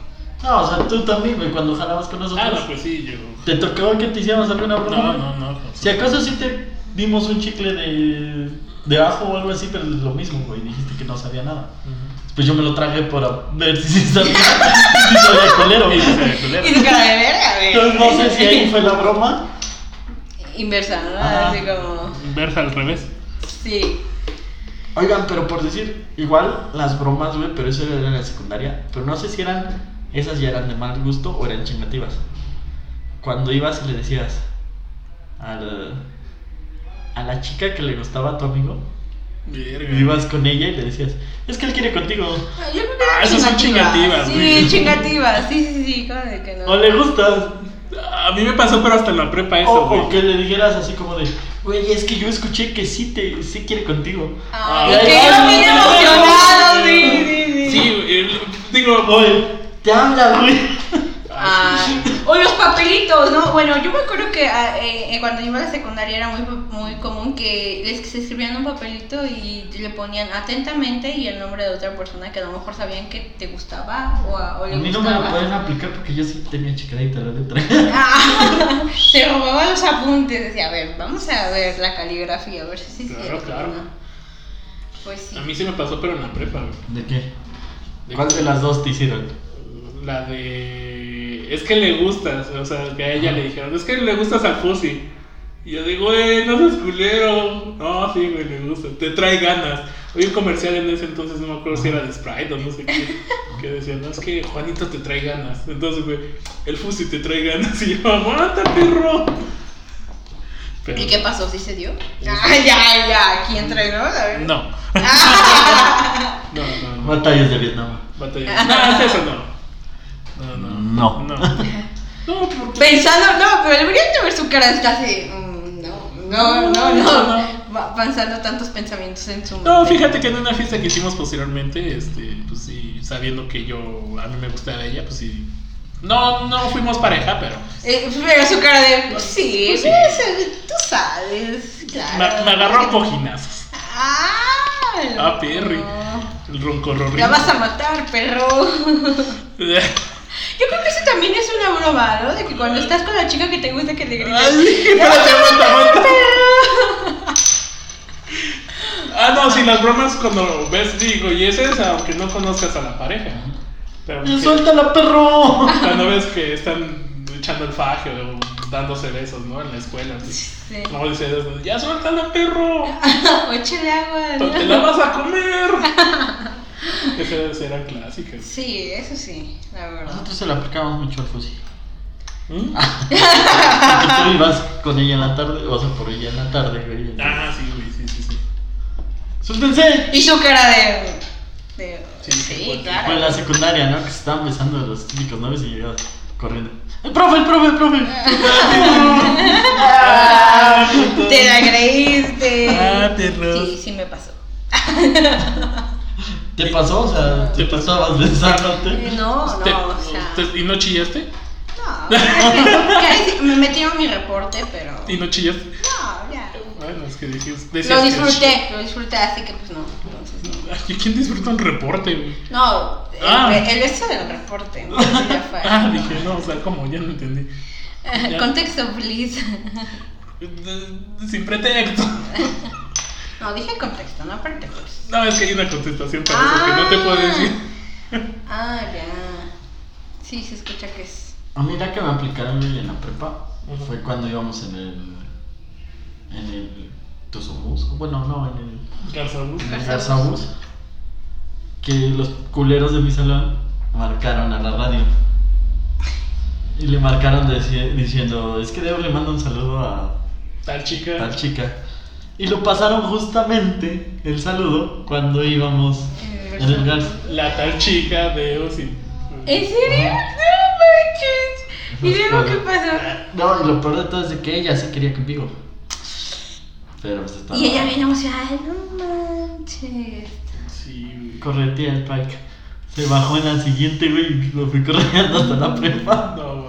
B: No, o sea, tú también, güey, cuando jalabas con
A: Ah, no,
B: nosotros.
A: pues sí, yo.
B: ¿Te tocó que te hiciéramos alguna broma?
A: No,
B: güey?
A: no, no. pues
B: Si acaso sí te dimos un chicle de, de ajo o algo así, pero es lo mismo, güey. Dijiste que no sabía nada.
A: Ujú.
B: Pues yo me lo traje para ver si sí *laughs* sabía. si sabía culero, güey.
A: Sí, sí, culero.
C: Y tu cara de verga, güey.
B: Entonces no sé si ahí fue la broma.
C: Inversa, ¿no?
B: Ajá.
C: Así como...
A: Versa al revés.
C: Sí.
B: Oigan, pero por decir, igual las bromas, güey, pero eso era en la secundaria. Pero no sé si eran, esas ya eran de mal gusto o eran chingativas. Cuando ibas y le decías al, a la chica que le gustaba a tu amigo,
A: Verga.
B: y ibas con ella y le decías, es que él quiere contigo.
C: Ah, yo creo que
A: Ah,
C: eran
A: esas son chingativas,
C: Sí,
A: güey.
C: chingativas. Sí, sí, sí, como de que no.
B: O le gustas.
A: A mí me pasó, pero hasta en la prepa
B: O,
A: eso, güey.
B: o que le dijeras así como de, güey, es que yo escuché que sí te sí quiere contigo.
C: Ay,
A: Ay,
C: Ah, que
A: ay,
C: yo bien
A: ay, ay,
C: emocionado, sí,
A: Sí,
C: sí, sí.
A: güey, el- digo,
B: Oye, te habla, güey. Ah.
C: Ay. Ah. O los papelitos, ¿no? Bueno, yo me acuerdo que ah, eh, eh, cuando iba a la secundaria era muy, muy común que les se escribían un papelito y le ponían atentamente y el nombre de otra persona que a lo mejor sabían que te gustaba o, a- o
B: A
C: le
B: mí no me
C: gustaba.
B: lo pueden aplicar porque yo sí tenía checadita la letra.
C: Ah, *laughs* se robaba los apuntes, decía, a ver, vamos a ver la caligrafía, a ver si sí es
A: Claro,
C: cierto,
A: claro.
C: ¿no?". Pues sí.
A: a mí sí me pasó, pero en la prepa, güey.
B: *laughs* ¿De qué?
A: De-
B: ¿Cuál de las dos te hicieron?
A: La de. Es que le gustas, o sea, que a ella le dijeron, es que le gustas al Fusi. Y yo digo, güey, no seas culero. No, sí, güey, le gusta, te trae ganas. Oí un comercial en ese entonces, no me acuerdo si era de Sprite o no sé qué, que decía, no, es que Juanito te trae ganas. Entonces, güey, el Fusi te trae ganas. *laughs* Y yo, aguanta, perro. Pero-
C: ¿Y qué pasó? ¿Sí se dio? Ah, ya, ya, aquí entre nos, a ver. *laughs*
A: No. no, no, no.
B: *laughs* Batallas de Vietnam.
A: Batalla. No, es eso no. No, no.
B: No.
A: No. No, porque.
C: Pensando, no, pero deberían de ver su cara, está así, mm, no, no, no, no, Va avanzando tantos pensamientos en su mente.
A: No, fíjate que en una fiesta que hicimos posteriormente, este, pues sí, sabiendo que yo, a mí me gustaba ella, pues sí. No, no fuimos pareja, pero
C: Eh, pero su cara de, pues sí,
A: Pues sí.
C: pues, eh, tú sabes, claro.
A: me, me agarró a coginazos.
C: Ah,
A: Ah, Perry.
C: no.
A: El roncorrorín. *laughs*
C: La vas a matar, perro. *laughs* Yo creo que eso también es una broma, ¿no? De que cuando estás con la chica que te gusta que le grites.
A: Ay, espérate, aguanta, aguanta. Ah, no, sí, las bromas cuando ves, digo, y es esa, aunque no conozcas a la pareja. Pero que-
B: ¡Suéltala, perro!
A: cuando ves que están echando el faje o dándose besos, ¿no? En la escuela. así.
C: Sí. *laughs*
A: No, dices, ya suéltala, perro.
C: O échale agua. ¿no?
A: ¡Te la vas a
C: *laughs*
A: comer! Esas eran clásicas.
C: Sí, eso sí, la verdad.
B: Nosotros se la aplicábamos mucho al fusil.
A: ¿Mm?
B: *laughs*
C: Ah.
B: Tú ibas con ella en la tarde, o sea, por ella en la tarde, güey.
A: Ah, sí, güey, sí, sí, sí.
B: ¡Suéltense!
C: Y su cara de. de-
A: Sí, pues,
C: sí,
A: sí,
B: Fue en
C: claro.
B: la secundaria, ¿no? Que se estaban besando los típicos novios y llegabas corriendo. ¡El profe, el profe, el profe! *laughs*
A: Ah, puto.
C: Te la creíste.
A: Ah, perro.
C: Sí, sí me pasó.
B: ¿Te pasó? O sea, ¿te pasabas besándote?
C: Eh, No,
A: Te-
C: no, o sea.
A: te- ¿Y no chillaste?
C: No, es que- me metieron mi reporte, pero.
A: ¿Y no chillaste?
C: No, ya.
A: Bueno, es que dije.
C: Lo disfruté, lo disfruté, así que pues no. Entonces no.
A: ¿Y quién disfruta un reporte, güey?
C: No,
A: Ah.
C: el, el beso del reporte.
A: *laughs*
C: ¿no? Sí, ya fue.
A: Ah, dije, no, o sea, como ya no entendí.
C: Contexto, please. *laughs*
A: Sin pretexto.
C: No, dije contexto, no pues. pretextos.
A: No, es que hay una contestación para eso que no te puedo decir.
C: Ah, ya. Sí, se escucha que es.
B: A mí la que me aplicaron en la prepa
A: Ujú.
B: fue cuando íbamos en el. en el. Tuzobús. Bueno, no, en el.
A: Garzabú.
B: en el
C: Garzabús.
B: Garzabús, Que los culeros de mi salón marcaron a la radio. Y le marcaron deci- diciendo: Es que Debo le manda un saludo a
A: Tal chica.
B: tal chica. Y lo pasaron justamente el saludo cuando íbamos en el Garzabús.
A: La tal chica de Osi.
C: ¿En serio? No manches. ¿Y luego qué pasó?
B: No, y lo peor de todo es de que ella sí quería conmigo. Pero pues
A: Ah.
B: estaba.
C: Y ella bien emocionada. "Ay, No manches.
A: Sí, güey.
B: Corretea el pike. Se bajó en la siguiente, güey, y lo fui corriendo hasta la prepa.
A: No, güey.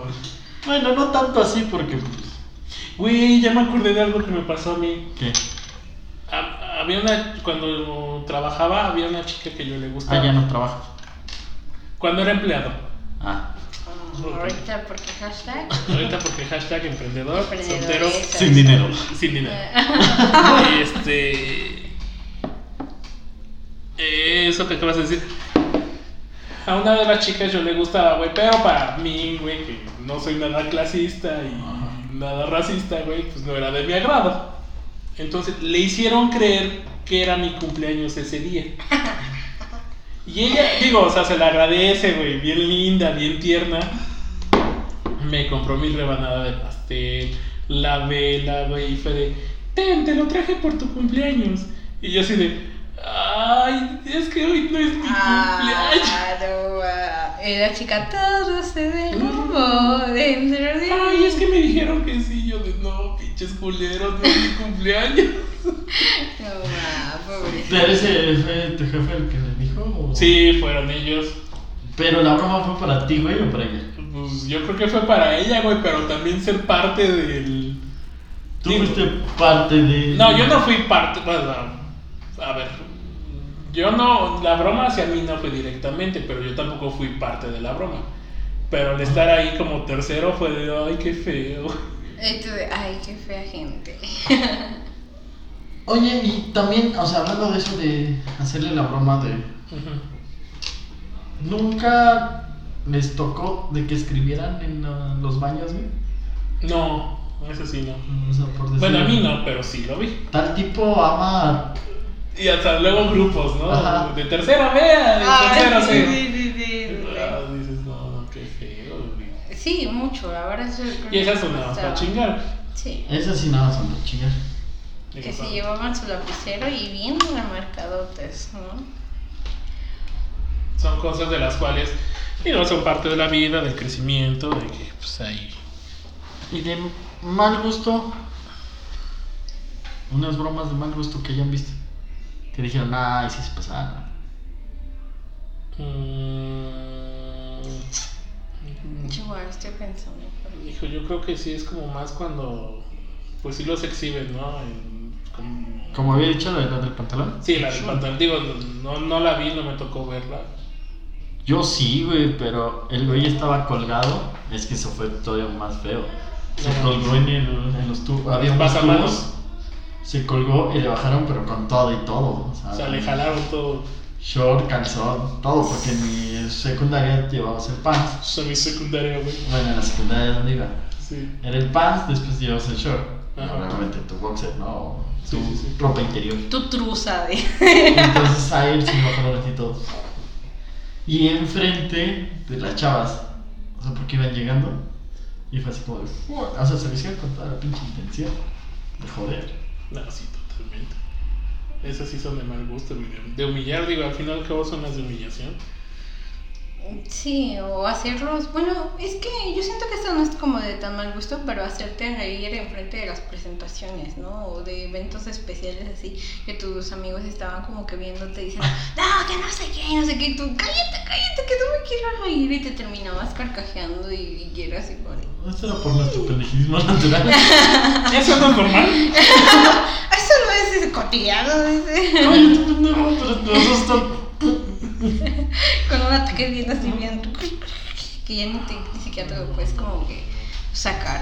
B: Bueno, no tanto así porque, pues,
A: Güey, ya me acordé de algo que me pasó a mí.
B: ¿qué?
A: Ha- Había una, cuando trabajaba, había una chica que yo le gustaba.
B: Ah, ya no trabaja.
A: Cuando era empleado.
B: Ah,
C: Ahorita, porque
A: *laughs*
C: hashtag.
A: Ahorita porque hashtag emprendedor,
C: Emprendedores.
A: soltero,
B: sin dinero.
A: sin
C: *laughs*
A: dinero. Y este... eh, Eso que acabas de decir. A una de las chicas yo le gustaba, güey, pero para mí, güey, que no soy nada clasista y
B: Ajá.
A: nada racista, güey, pues no era de mi agrado. Entonces le hicieron creer que era mi cumpleaños ese día. Y ella, digo, o sea, se la agradece, güey, bien linda, bien tierna. Me compró mi rebanada de pastel, la vela, güey, y fue de, ten, te lo traje por tu cumpleaños. Y yo así de, ay, es que hoy no es mi
C: Ah.
A: cumpleaños.
C: Claro. ah, Y la chica, todo se derrumbó dentro de
A: Ay, es
C: mí.
A: que me dijeron que sí, yo de, no, pinches culeros, no es mi cumpleaños.
C: No, ah, pobrecita.
B: Pero ese fue tu jefe el que le dijo. o-
A: Sí, fueron ellos.
B: Pero la broma fue para ti, güey, o para ella.
A: Pues yo creo que fue para ella, güey, pero también ser parte del...
B: Tú
A: Sí,
B: fuiste parte de.
A: No, yo no fui parte. Bueno, a ver. Yo no. La broma hacia mí no fue directamente, pero yo tampoco fui parte de la broma. Pero al estar ahí como tercero fue de. ¡Ay, qué feo!
C: Y tú de, ay, qué fea gente.
B: Oye, y también, o sea, hablando de eso de hacerle la broma de. ¿Nunca les tocó de que escribieran en ah, los baños, güey?
A: No, eso sí no.
B: O sea, por decir-
A: Bueno, a mí no, pero sí lo vi.
B: Tal tipo ama.
A: Y hasta luego grupos, ¿no?
B: Ajá.
A: De tercera, vea, de tercero, sí.
C: sí, sí,
A: Ah, dices, no, qué feo, güey.
C: sí. Sí, mucho, la verdad es que-
A: Y esas son nada más para chingar.
C: Sí.
B: Esas sí nada son de chingar.
C: Que
A: Digo,
C: se
A: no.
C: llevaban su lapicero y bien remarcadotes, ¿no?
A: son cosas de las cuales digo, son parte de la vida, del crecimiento, de que pues ahí.
B: Y de mal gusto. Unas bromas de mal gusto que hayan visto. Que dijeron, ay, sí se pasaron.
A: mm,
C: Chihuahua, estoy pensando.
A: hijo, yo creo que sí es como más cuando pues sí los exhiben, ¿no? En- como-
B: Como había dicho, la la del pantalón.
A: Sí, la del pantalón, digo, no, no la vi, no me tocó verla.
B: Yo sí, güey, pero el güey estaba colgado. Es que eso fue todavía más feo. Se
A: No.
B: colgó en, el- en los tubos. Había unos
A: Pasamanos.
B: tubos. Se colgó y le bajaron, pero con todo y todo. O sea,
A: O sea, le jalaron todo
B: Short, calzón, todo, porque en mi secundaria llevaba el pants.
A: semisecundaria, güey.
B: Bueno, en la secundaria donde iba.
A: Sí.
B: Era el pants, después llevabas el short.
A: Ajá.
B: Normalmente tu boxer, ¿no?
A: Sí,
B: Tu
A: sí, sí.
B: ropa interior.
C: Tu truza de.
B: Entonces a él se le bajaron así todos. Y enfrente de las chavas, o sea, porque iban llegando, y fue así como de. "What?". O sea, se lo hicieron con toda la pinche intención de joder.
A: No, sí, totalmente. Esas sí son de mal gusto, güey, de- De humillar, digo, al final, ¿qué son las de humillación?
C: Sí, o hacerlos. Bueno, es que yo siento que esto no es como de tan mal gusto, pero hacerte reír en frente de las presentaciones, ¿no? O de eventos especiales así, que tus amigos estaban como que viéndote diciendo, no, que no sé qué, no sé qué, y tú, cállate, cállate, que no me quiero reír, y te terminabas carcajeando y, y era así como de,
B: Esto era por nuestro
A: *laughs*
B: pendejismo natural.
A: ¿Eso no es normal?
C: Eso no es ese cotidiano, dice. *laughs*
B: Ay, tú pendejo, pero te asustas.
C: Con un ataque bien así, bien. Que ya ni, te, ni siquiera te lo puedes como que sacar.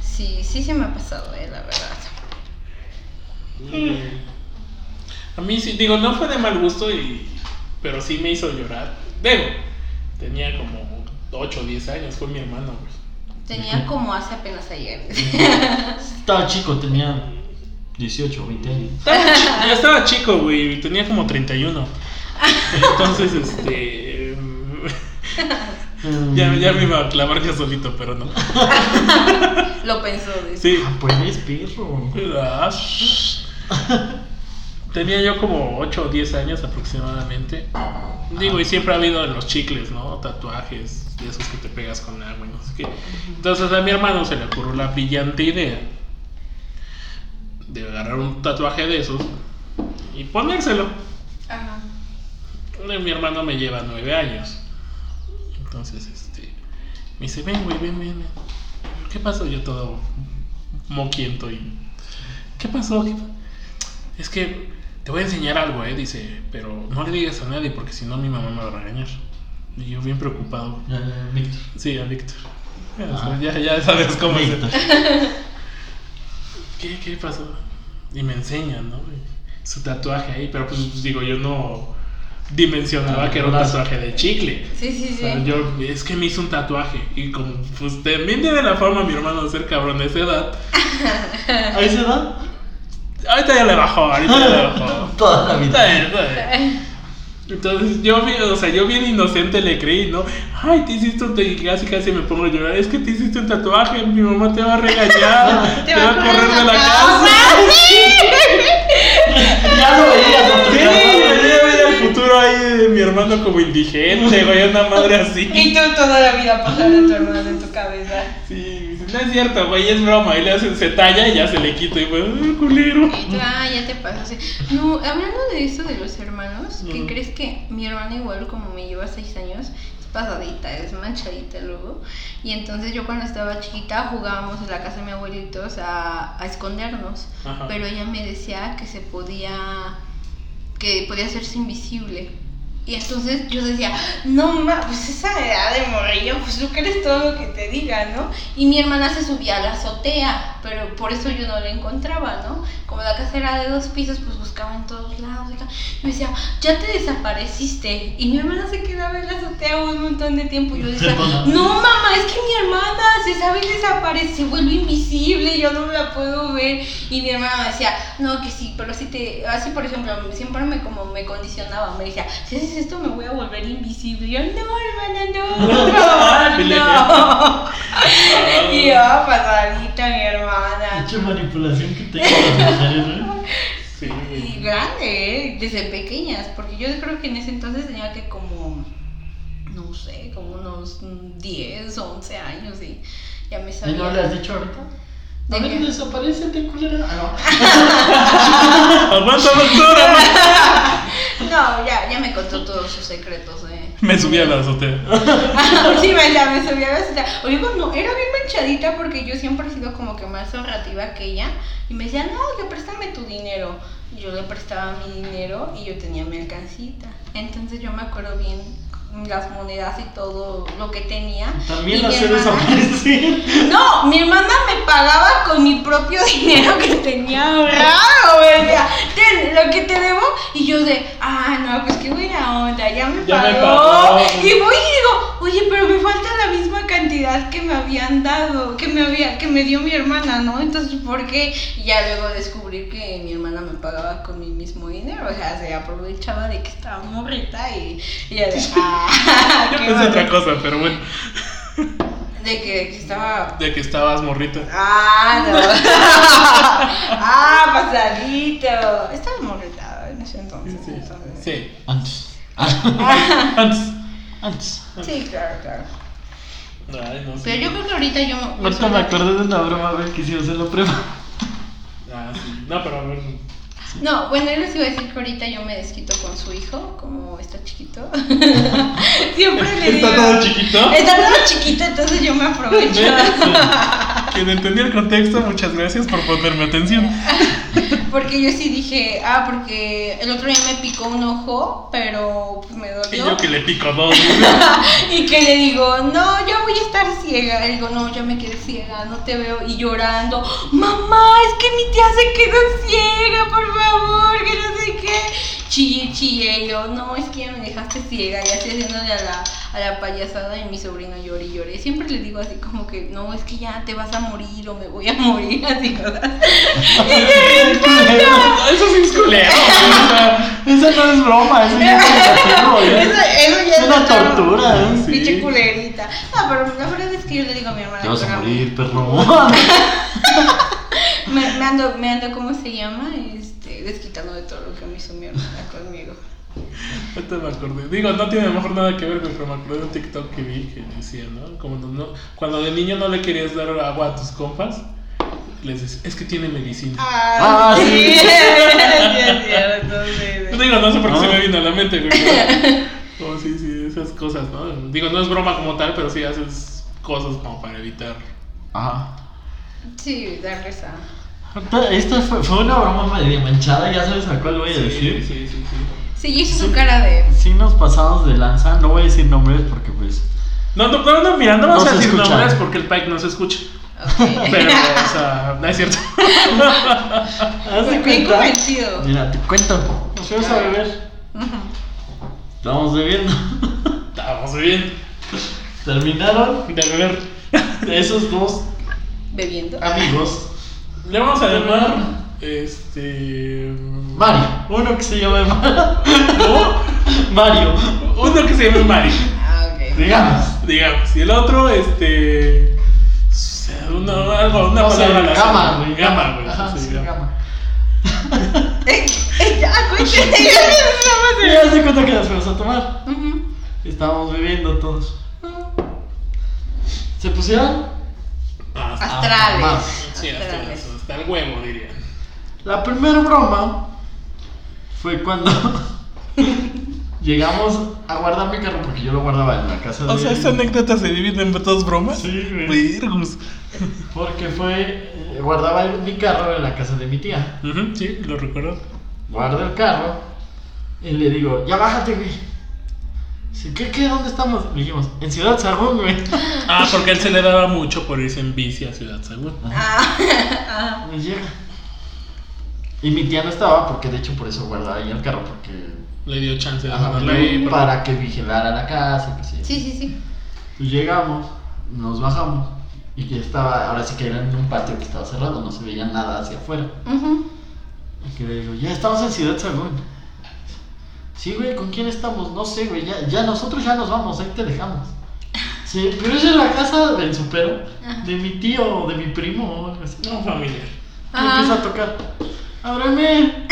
C: Sí, sí se me ha pasado, eh, la verdad.
A: A mí sí, digo, no fue de mal gusto, y, pero sí me hizo llorar. Debo. Tenía como 8 o 10 años, fue mi hermano, güey.
C: Tenía como hace apenas ayer.
B: Estaba chico, tenía 18 o 20 años.
A: Estaba chi- yo estaba chico, güey, tenía como 31. Entonces, este. *laughs* Ya,
B: Mm,
A: ya me iba a clavar yo solito, pero no.
C: *laughs* Lo pensó, dice.
A: Sí.
B: Ah, pues es perro.
A: Ah, shh. Tenía yo como 8 o 10 años aproximadamente. Digo, y siempre ha habido los chicles, ¿no? Tatuajes, de esos que te pegas con agua, y no sé qué. Entonces a mi hermano se le ocurrió la brillante idea de agarrar un tatuaje de esos y ponérselo.
C: Ajá.
A: Uno de Mi hermano me lleva 9 años. Entonces, este. Me dice, ven, güey, ven, ven, ven. ¿Qué pasó? Yo todo moquiento y. ¿Qué pasó? ¿Qué pa-?" Es que te voy a enseñar algo, eh. Dice, pero no le digas a nadie porque si no mi mamá me va a regañar. Y yo bien preocupado.
B: Eh, Víctor.
A: Sí, a Víctor. Ya,
B: Ah.
A: ya, ya sabes cómo es.
B: Víctor.
A: ¿Qué, ¿Qué pasó? Y me enseñan, ¿no? Y Su tatuaje ahí, pero pues digo, yo no dimensionaba que era un tatuaje de chicle.
C: Sí, sí,
A: O sea,
C: sí.
A: yo, es que me hizo un tatuaje. Y como, pues también tiene la forma mi hermano de ser cabrón de esa edad.
B: ¿A esa edad?
A: Ahorita ya le bajó, ahorita ya le bajó.
B: Ah. Toda *laughs* la
A: Está
B: vida.
A: bien, está bien. Entonces yo, bien- o sea, yo bien inocente le creí, ¿no? Ay, te hiciste un tatuaje, casi casi me pongo a llorar. Es que te hiciste un tatuaje, mi mamá te va a
B: *laughs*
A: regañar, te, va a correr de la casa.
B: Ya lo veías, ¿no?
A: Sí, venía a ver el futuro ahí de mi hermano como indigente, güey, una madre así.
C: Y tú toda la vida pasando a tu hermano en tu cabeza.
A: Sí, no es cierto, güey, es broma. Y le hacen, se talla y ya se le quita. Y güey, "Ah, culero.
C: Y tú, ah, ya te pasó. sí. No, hablando de eso de los hermanos, ¿qué
A: Ujú.
C: crees que mi hermana igual como me lleva seis años? es pasadita, es manchadita luego. Y entonces yo cuando estaba chiquita jugábamos en la casa de mi abuelitos a, a escondernos.
A: Ajá.
C: Pero ella me decía que se podía, que podía hacerse invisible. Y entonces yo decía, no ma, pues esa edad de morrillo, pues tú crees todo lo que te diga, ¿no? Y mi hermana se subía a la azotea, pero por eso yo no la encontraba, ¿no? Como la casa era de dos pisos, pues buscaba en todos lados. acá. Y me decía, ya te desapareciste. Y mi hermana se quedaba en la azotea un montón de tiempo. Y yo decía, no mamá, es que mi hermana se sabe desaparecer, se vuelve invisible, yo no la puedo ver. Y mi hermana me decía, no, que sí, pero si te, así por ejemplo, siempre me como me condicionaba, me decía, si haces esto me voy a volver invisible. Y yo, no, hermana, *laughs* no, por *laughs* favor, no. y yo, "Ah, pasadita mi hermana.
B: Mucha manipulación que tengo con las mujeres, ¿eh?
A: Sí,
C: Y
A: güey.
C: grande, ¿eh? desde pequeñas, porque yo creo que en ese entonces tenía que como, no sé, como unos mm, 10, 11 años y ya me
B: ¿Y
C: sabía.
B: no le has dicho ahorita?
C: ¿De
B: A ver,
C: qué?
B: desaparecete, culera. Ah,
A: Aguanta, doctora.
C: No, ya, ya me contó todos sus secretos, eh.
A: Me subí a la azotea. Ah,
C: *laughs* sí, me, la- me subía a la cita. Oye, cuando era bien manchadita porque yo siempre he sido como que más ahorrativa que ella. Y me decía, no, que préstame tu dinero. Y Yo le prestaba mi dinero y yo tenía mi alcancita. Entonces yo me acuerdo bien las monedas y todo lo que tenía.
B: no.
C: Y
B: También
C: mi
B: las hacer
C: hermana-
B: desaparecer.
C: No, mi hermana me pagaba con mi propio *laughs* dinero que tenía ahorrado, güey. O sea, ten, lo que te debo. Y yo de, ah, no, pues qué buena onda, ya me
A: Ya me
C: pagó.
A: pagó.
C: Y voy y digo, oye, pero me falta la misma cantidad que me habían dado, que me había, que me dio mi hermana, ¿no? Entonces, ¿por qué? Y ya luego descubrí que mi hermana me pagaba con mi mismo dinero. O sea, se aprovechaba de que estaba morrita y, y
A: *laughs*
C: yo de, ah,
A: Yo
C: qué
A: pensé
C: bueno".
A: otra cosa, pero bueno.
C: De que, que estaba
A: De que estabas morrita.
C: Ah, no. *laughs* ah, pasadito. Estaba morretado en ese entonces.
A: Sí.
C: entonces.
A: Sí.
B: *laughs* Antes. Ah,
C: Ah,
A: Antes.
B: Antes.
C: sí, claro, claro.
A: Ay, no sé.
C: Pero yo creo que ahorita yo me-
B: Ahorita me acordé de una broma a ver que hicimos en la prueba.
A: Ah, sí. No, pero a
C: *laughs*
A: ver.
C: No, bueno, yo les iba a decir que ahorita yo me desquito con su hijo, como está
A: *laughs*
C: chiquito. Siempre le digo.
A: Está todo chiquito.
C: Está todo chiquito, entonces yo me aprovecho.
A: Eso. Quien entendió el contexto, muchas gracias por ponerme atención.
C: Porque yo sí dije, ah, porque el otro día me picó un ojo, pero pues me
A: Y
C: dolió.
A: yo que le pico dos.
C: *laughs* y que le digo, no, yo voy a estar ciega. Y digo, no, yo me quedé ciega, no te veo. Y llorando, mamá, es que mi tía se quedó ciega, por favor, que no sé qué. Chille, chille. Y yo, no, es que ya me dejaste ciega. Y así haciéndole a la, a la payasada. Y mi sobrino llora y llora. Y siempre le digo así como que, no, es que ya te vas a morir o me voy a morir. *laughs* Así cosas.
B: *laughs*
A: Eso sí es culero. güey, o sea,
B: *laughs* Esa no es broma, eso ya es educativo, ¿eh?
C: Eso- eso ya
B: Es una
C: otro-
B: tortura, ¿eh?
A: Sí.
C: Pinche culerita. No, pero la verdad es que yo le digo a mi hermana.
B: Te vas a
C: pero-
B: morir, perro.
C: Me, me ando, me ando, ¿cómo se llama? Este, desquitando de todo lo que me hizo mi hermana conmigo.
A: Ahorita me acordé. Digo, no tiene a lo mejor nada que ver, güey, pero me acordé de un TikTok que vi que decía, ¿no? Como no, no- cuando de niño no le querías dar agua a tus compas, les dices, es que tiene medicina.
B: Ah, sí.
C: sí. sí, es cierto, sí, sí.
A: Digo, no sé por qué se
B: Ah.
A: me vino a la mente, güey. pero- Como sí, sí, esas cosas, ¿no? Digo, no es broma como tal, pero sí haces cosas como para evitar.
B: *laughs* Ajá.
C: Sí, dar risa.
B: Ahorita, Esta fue, fue una broma medio manchada, ya sabes a cuál voy a
A: Sí,
B: decir.
A: Sí, sí, sí.
C: Sí, y hizo su cara de.
B: Sí nos pasamos de lanza, no voy a decir nombres porque pues...
A: No, no, no, no, mira, no vamos
B: No
A: a
B: se
A: decir
B: escucha.
A: nombres porque el Pike no se escucha.
C: *laughs* Ok.
A: Pero, o sea, no es
B: *laughs*
A: cierto.
B: ¿Haz
C: Bien convencido.
B: Mira, te cuento. Nos fuimos a beber.
C: Ujú.
B: Estábamos bebiendo.
A: Estamos bien.
B: *laughs* Terminaron
A: De beber.
B: esos dos
C: Bebiendo.
B: amigos.
A: Le vamos a llamar. Este.
B: Mario. Uno que se llama Mario. Mario.
A: Uno que se llama Mari,
C: Ah,
B: *laughs*
C: ok.
B: Digamos.
A: digamos. Y el otro, este. o sea, Uno, algo, una
B: No sé,
A: palabra al azar.
B: gama, güey.
A: Gama, güey.
B: Ajá,
A: sí,
B: sí,
A: gama.
B: gama.
C: Eh, eh, ya, cuéntame. ya
B: Y
C: nos
B: ya se cuenta que nos fuimos a tomar.
C: vamos a- *laughs* Ujú.
B: Estábamos bebiendo todos. Se pusieron
A: Ah, sí,
C: Astrales.
B: más.
A: sí, hasta,
C: Astrales.
A: hasta el huevo, diría.
B: La primera broma fue cuando *laughs* llegamos a guardar mi carro porque yo lo guardaba en la casa de
A: anécdota se divide en dos bromas.
B: Sí, güey.
A: Virgus.
B: Porque fue eh, guardaba el- mi carro en la casa de mi tía.
A: Ujú, sí, lo recuerdo.
B: Guardo el carro y le digo, "Ya bájate, güey." Dice, ¿Qué, qué? ¿Dónde estamos? Le dijimos, en Ciudad Sagún, güey.
A: Ah, porque a él se le daba mucho por irse en bici a Ciudad Según.
C: Ah, ah.
B: Y llega. Y mi tía no estaba porque de hecho por eso guardaba ahí el carro porque
A: Le dio chance de
B: Ajá,
A: ganarle ahí. pero-
B: para que vigilara la casa, que sí.
C: Sí, sí, sí.
B: Pues llegamos, nos bajamos y que estaba, ahora sí que era en un patio que estaba cerrado, no se veía nada hacia afuera.
C: Ujú.
B: Y que le digo, ya estamos en Ciudad Sagún. Sí, güey, ¿con quién estamos? No sé, güey, ya, ya nosotros ya nos vamos, ahí te dejamos. Sí, pero es en la casa del supero,
C: Ajá.
B: de mi tío, de mi primo o algo así.
A: No, familiar.
B: Y
C: Ah.
B: empieza a tocar. ¡Ábreme!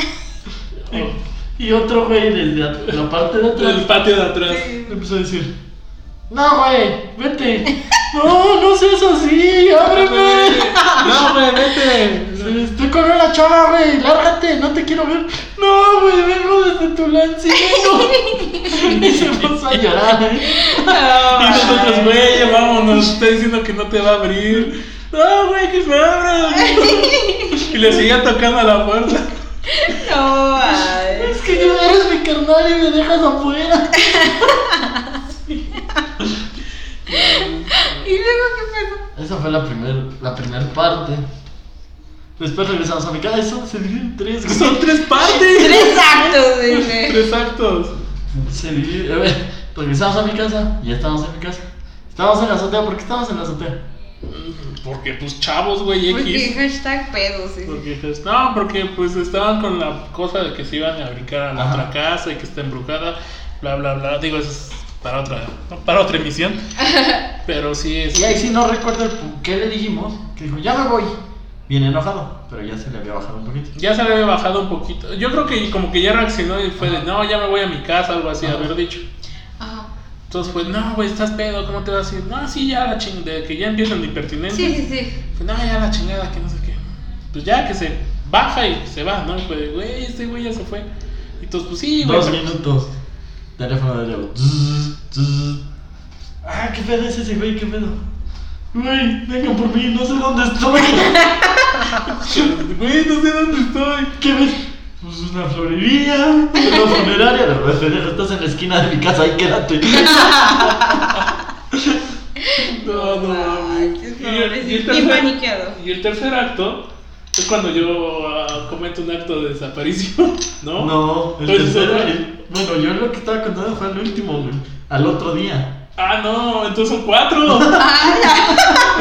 B: y, y otro güey desde at- la parte de atrás.
A: El patio de atrás.
B: Le empezó a decir: No, güey, vete. No, no seas así, ábreme.
A: No, güey, vete.
B: Sí, Estoy con una chava, güey, lárgate, no te quiero ver. No, güey, vengo desde tu Y se puso a llorar. ¿eh?
A: Y nosotros, güey, ya vámonos. Está diciendo que no te va a abrir. No, güey, que me abras. Y le seguía tocando a la puerta.
C: No, ay.
B: Es que yo eres mi carnal y me dejas afuera.
C: ¿Y luego qué pasó?
B: Esa fue la primera la primer parte. Después regresamos a mi casa. Eso se divide en tres. güey.
A: Son tres partes.
C: Tres actos, dice.
A: Tres actos.
B: Se divide. A ver, regresamos a mi casa. Ya estábamos en mi casa. Estábamos en la azotea. ¿Por qué estábamos en la azotea?
A: Porque, pues, chavos, güey,
C: Porque
A: X.
C: hashtag pedos, sí, sí.
A: Porque dices, no, porque pues estaban con la cosa de que se iban a brincar a la
B: Ajá.
A: otra casa y que está embrujada, bla, bla, bla. Digo, eso es para otra, ¿no? para otra emisión. Pero sí es.
B: Y ahí sí no recuerdo el pu- qué le dijimos. Que dijo, ya me voy. Bien enojado. Pero ya se le había bajado un poquito.
A: Ya se le había bajado un poquito. Yo creo que como que ya reaccionó y fue de, no, ya me voy a mi casa, algo así,
B: Ajá.
A: haber dicho.
C: Ajá.
A: Entonces fue, no, güey, estás pedo, ¿cómo te vas a ir? No, sí, ya la chingada, que ya empiezan de impertinente.
C: Sí, sí, sí.
A: Fue, no, ya la chingada, que no sé qué. Pues ya que se baja y se va, ¿no? Fue, de, güey, este güey ya se fue. Y todos, pues sí, güey.
B: Dos
A: pero-
B: minutos. Teléfono de Leo. Zzz, zzz. Ah, qué pedo es ese güey, qué pedo. Güey, venga por mí, no sé dónde estoy.
A: *laughs* Güey, no sé dónde estoy.
B: *laughs* ¿Qué ves? Pues una florería, una funeraria. La verdad, estás en la esquina de mi casa, ahí quédate.
A: No, no,
C: Ay,
A: mames.
C: qué
A: Y el- y el
C: pobrecito. Qué
A: tercer-
C: paniqueado.
A: Y el tercer acto es cuando yo ah, cometo un acto de desaparición, *laughs* ¿no?
B: *laughs* No, el
A: Entonces,
B: tercero.
A: otra-
B: el- Bueno, yo lo que estaba contando fue el último, güey. Al otro día.
A: Ah, no, entonces son cuatro.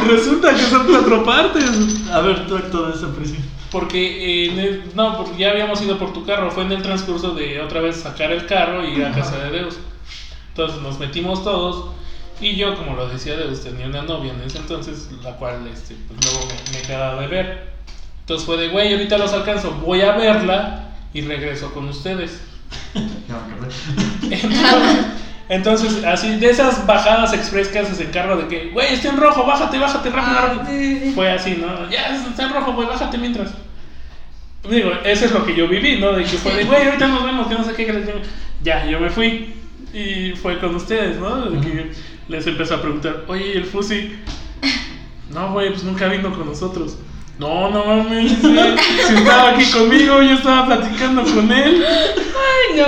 A: Resulta que son cuatro partes.
B: A ver, tú acto de desaparición.
A: Porque, eh, en el- no, porque ya habíamos ido por tu carro. Fue en el transcurso de otra vez sacar el carro y ir a
B: Ajá.
A: casa de Deus. Entonces nos metimos todos. Y yo, como lo decía Deus, tenía una novia en ese entonces, la cual este, pues, luego me, me quedaba de ver. Entonces fue de, güey, ahorita los alcanzo, voy a verla y regreso con ustedes.
B: Ya me acordé.
A: Entonces, entonces, así de esas bajadas express que haces en carro de que, güey, está en rojo, bájate, bájate rápido.
C: Ah,
A: rápido".
C: sí, sí, sí.
A: Fue así, ¿no? Ya está en rojo, güey, bájate mientras. Digo, eso es lo que yo viví, ¿no? De que fue de, güey, ahorita nos vemos, que no sé qué, que les digo". Ya, yo me fui. Y fue con ustedes, ¿no? De que les empezó a preguntar, oye, ¿y el Fusi? No, güey, pues nunca vino con nosotros. No, no
C: *laughs*
A: mames, dice, si estaba aquí conmigo, yo estaba platicando con él.
C: Ay, no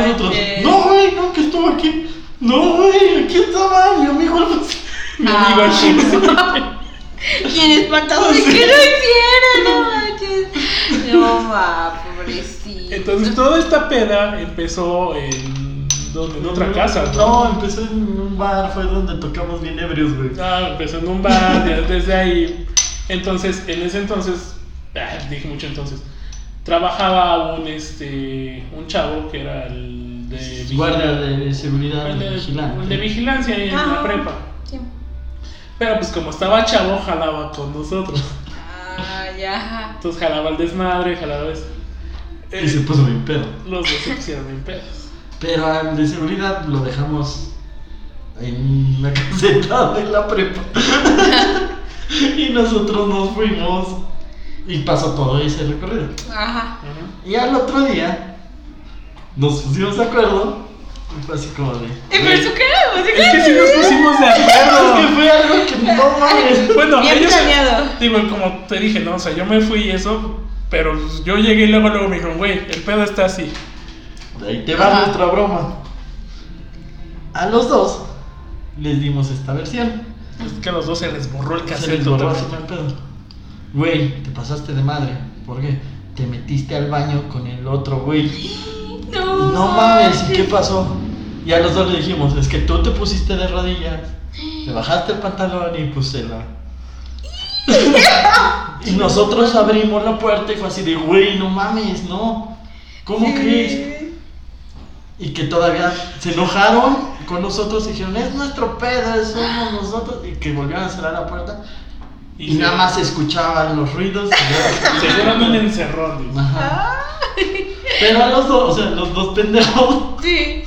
B: Nosotros,
C: manches.
B: No, güey, no, que estuvo aquí. No, güey, aquí estaba mi amigo Alfonso.
A: Mi amigo *laughs*
C: Ah.
A: Ashimsi.
C: ¿Quién espantado de que lo hiciera? No manches. No va, pobrecito.
A: Entonces toda esta peda empezó en, ¿dónde? en otra casa,
B: No,
A: ¿no?
B: empezó en un bar, fue donde tocamos bien ebrios, güey.
A: Ah, empezó en un bar, ya desde ahí. Entonces, en ese entonces, ah, dije mucho entonces, trabajaba un este un chavo que era el de vigil-
B: Guardia de seguridad
A: el de-
B: vigilante.
A: el de vigilancia en la
C: Ah,
A: prepa.
C: sí.
A: Pero pues como estaba chavo, jalaba con nosotros.
C: Ah, ya.
A: Entonces jalaba el desmadre, jalaba eso.
B: Y se puso bien pedo.
A: Los dos se pusieron en pedos.
B: Pero al de seguridad lo dejamos en la *laughs* caseta de la prepa. *laughs* y nosotros nos fuimos. Y pasó todo ese recorrido.
C: Ajá.
A: Ajá.
B: Y al otro día nos pusimos de acuerdo. Y fue así como de.
C: Eh, pero su cara, o sea,
A: Es que sí nos pusimos de acuerdo.
B: Es que fue algo que
A: *laughs*
B: no mames.
A: Bueno,
C: Bien
A: ellos,
C: planeado.
A: Digo, como te dije, no, o sea, yo me fui y eso, pero yo llegué y luego, luego me dijeron, güey, el pedo está así.
B: Ahí te va
C: Ajá.
B: nuestra broma. A los dos les dimos esta versión.
A: Es que a los dos se les borró el
B: Se les
A: cassette.
B: borró
A: otra
B: así
A: vez.
B: mal pedo. Güey, te pasaste de madre. ¿Por qué? Te metiste al baño con el otro güey.
C: No.
B: No mames, ¿y qué pasó? Y a los dos le dijimos, es que tú te pusiste de rodillas, te bajaste el pantalón y pues se la... y nosotros abrimos la puerta y fue así de, güey, no mames, no. ¿Cómo
C: Sí.
B: crees? Y que todavía se enojaron con nosotros y dijeron, es nuestro pedo, somos nosotros. Y que volvieron a cerrar la puerta. Y,
A: se-
B: nada más se escuchaban los ruidos.
A: *laughs*
B: y
A: Se dieron un encerrón.
B: ya.
A: digo.
B: Ajá.
C: Ay,
B: Pero a los dos, o sea, los dos pendejos *laughs*
C: Sí.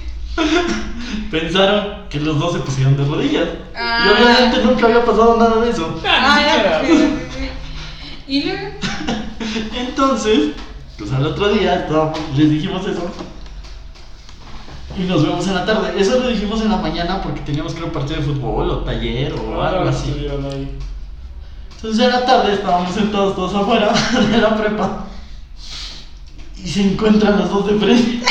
B: pensaron que los dos se pusieron de rodillas.
C: Ah.
B: Y obviamente nunca había pasado nada de eso.
A: Ah, ni siquiera.
C: Ah, sí, sí, sí. Y luego.
B: Entonces, pues al otro día estábamos- les dijimos eso. Y nos vemos en la tarde. Eso lo dijimos en la mañana porque teníamos que ir a un partido de fútbol o taller o
A: Ah,
B: algo así.
A: estuvieron ahí.
B: Entonces en la tarde estábamos sentados todos afuera *laughs* de la prepa y se encuentran los dos de frente.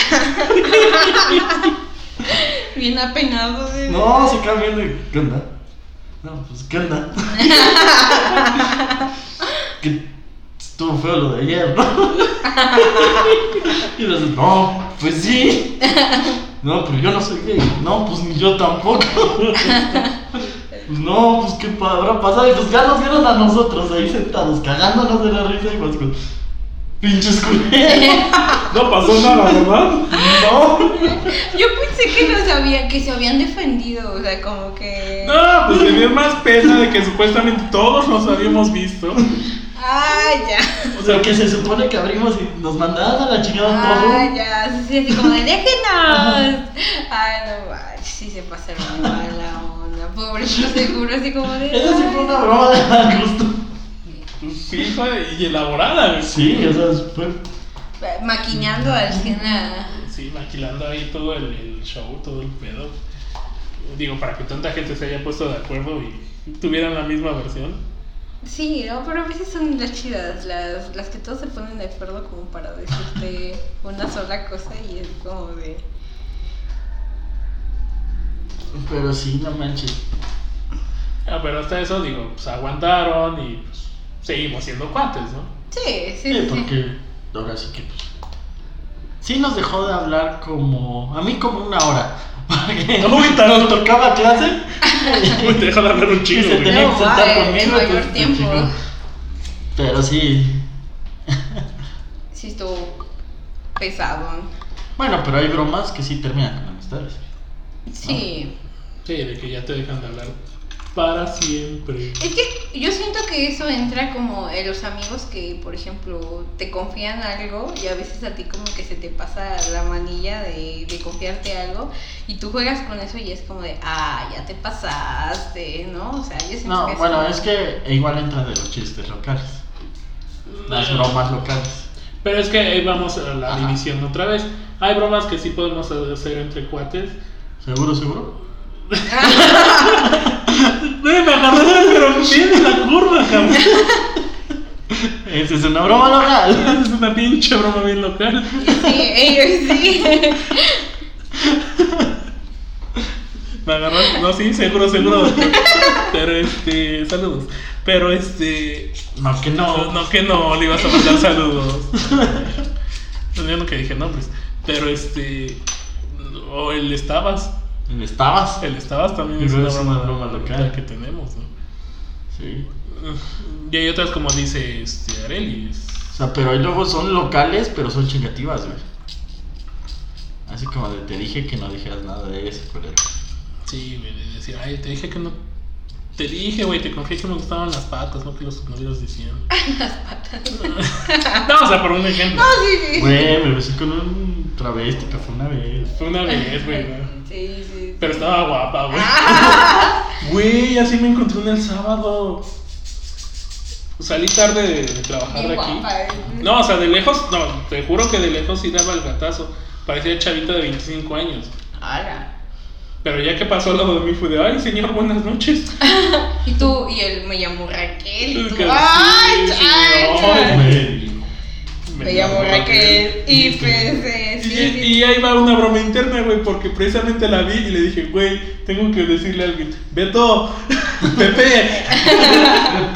C: Bien apenado. De...
B: No, se quedan viendo y, ¿qué onda? No, pues ¿qué onda? que estuvo feo lo de ayer, ¿no? *laughs* y los no, pues sí. No, pero yo no soy gay. No, pues ni yo tampoco. *laughs* No, pues qué pa- habrá pasado. Y pues ya nos vieron a nosotros ahí sentados, cagándonos de la risa y pues, pues, pinches culeros.
A: No pasó nada,
C: *laughs*
A: ¿verdad?
B: No.
C: Yo pensé que no sabía que se habían defendido. O sea, como que.
A: No, pues se dio más pena de que supuestamente todos nos habíamos visto.
C: Ah, ya.
B: O sea, que se supone que abrimos y nos mandaban a la chingada todo.
C: Ah, ya. Sí, sí, así como de déjenos. Ay, no manches. Sí, se pasaron mal la onda. Pobrecito, seguro, así como de.
B: Esa sí fue una broma de mal gusto.
A: Pues, Sí, fue- y elaborada. güey.
B: Sí, o sea, fue.
C: Maquiñando al cien a.
A: Sí, maquilando ahí todo el, el show, todo el pedo. Digo, para que tanta gente se haya puesto de acuerdo y tuvieran la misma versión.
C: Sí, no, pero a veces son las chidas, las, las que todos se ponen de acuerdo como para decirte una sola cosa y es como de...
B: Pero sí, no manches.
A: Ah, pero hasta eso, digo, pues aguantaron y pues, seguimos siendo cuates, ¿no? *laughs*
C: Sí, sí,
B: Sí,
C: sí. sí.
B: porque ahora sí que pues. Sí nos dejó de hablar como. A mí como una hora. *laughs* Porque
A: Uy, tan-
B: nos tocaba clase.
A: Uy, te dejan hablar un
B: y
A: chingo,
B: se
A: güey.
B: tenía que
C: No,
B: sentar
C: va, el
B: conmigo.
C: mayor
B: entonces,
C: tiempo.
B: chico. Pero sí.
C: Sí, estuvo pesado.
B: Bueno, pero hay bromas que sí terminan con amistades. Ah.
C: Sí.
A: Sí, de que ya te dejan de hablar para siempre.
C: Es que yo siento que eso entra como en los amigos que, por ejemplo, te confían algo y a veces a ti como que se te pasa la manilla de, de confiarte algo y tú juegas con eso y es como de, ah, ya te pasaste, ¿no? O sea, yo siento
B: No,
C: que es
B: bueno,
C: como-
B: es que e igual entra de los chistes locales. Las bromas locales.
A: Pero es que ahí vamos a la
B: Ajá.
A: división otra vez. Hay bromas que sí podemos hacer entre cuates.
B: ¿Seguro, seguro?
A: Güey, me agarraron, *laughs* pero bien en la curva, cabrón.
B: Esa es una broma local.
A: Es una pinche broma bien local.
C: *laughs* Sí, ellos
B: *laughs*
C: sí.
A: Me agarraron, no, sí, seguro, seguro. Pero este, saludos. Pero este,
B: No, que
A: no, no que no, le ibas a mandar saludos. Yo no que dije nombres. Pero este, o el estabas.
B: ¿Estabas?
A: El estabas también
B: Pero es una broma local.
A: que tenemos, ¿no?
B: Sí.
A: Y hay otras como dice este Areli. es-
B: O sea, pero ahí luego son locales, pero son chingativas, güey. Así como de, te dije que no dijeras nada de eso, pero...
A: Sí, güey, de decir, ay, te dije que no. Te dije, güey, te confié que me gustaban las patas, no que los novios decían. las patas. *laughs* no, o sea, por un ejemplo.
C: No, sí, sí.
B: Güey, me besé con un travesti que fue una vez.
A: Fue una vez,
C: *laughs*
A: güey. ¿no?
C: Sí, sí.
A: Pero estaba guapa, güey.
C: Ah.
A: *laughs* Güey, así me encontré en el sábado. Salí tarde de, de trabajar
C: Bien
A: de aquí.
C: guapa, ¿eh?
A: No, o sea, de lejos, no, te juro que de lejos sí daba el gatazo. Parecía chavita de 25 años.
C: Ahora.
A: Pero ya que pasó al lado de mí fue de, ay señor, buenas
C: *laughs*
A: noches.
C: Y tú, y él me llamó Raquel. Y tú,
A: Que sí,
C: ay,
A: sí,
C: ay,
A: no,
C: ay.
B: Güey.
C: Me llamo Raquel y pensé,
A: Y,
C: sí, sí.
A: y ahí va una broma interna, güey, porque precisamente la vi y le dije, güey, tengo que decirle a alguien, Beto, *laughs* Pepe,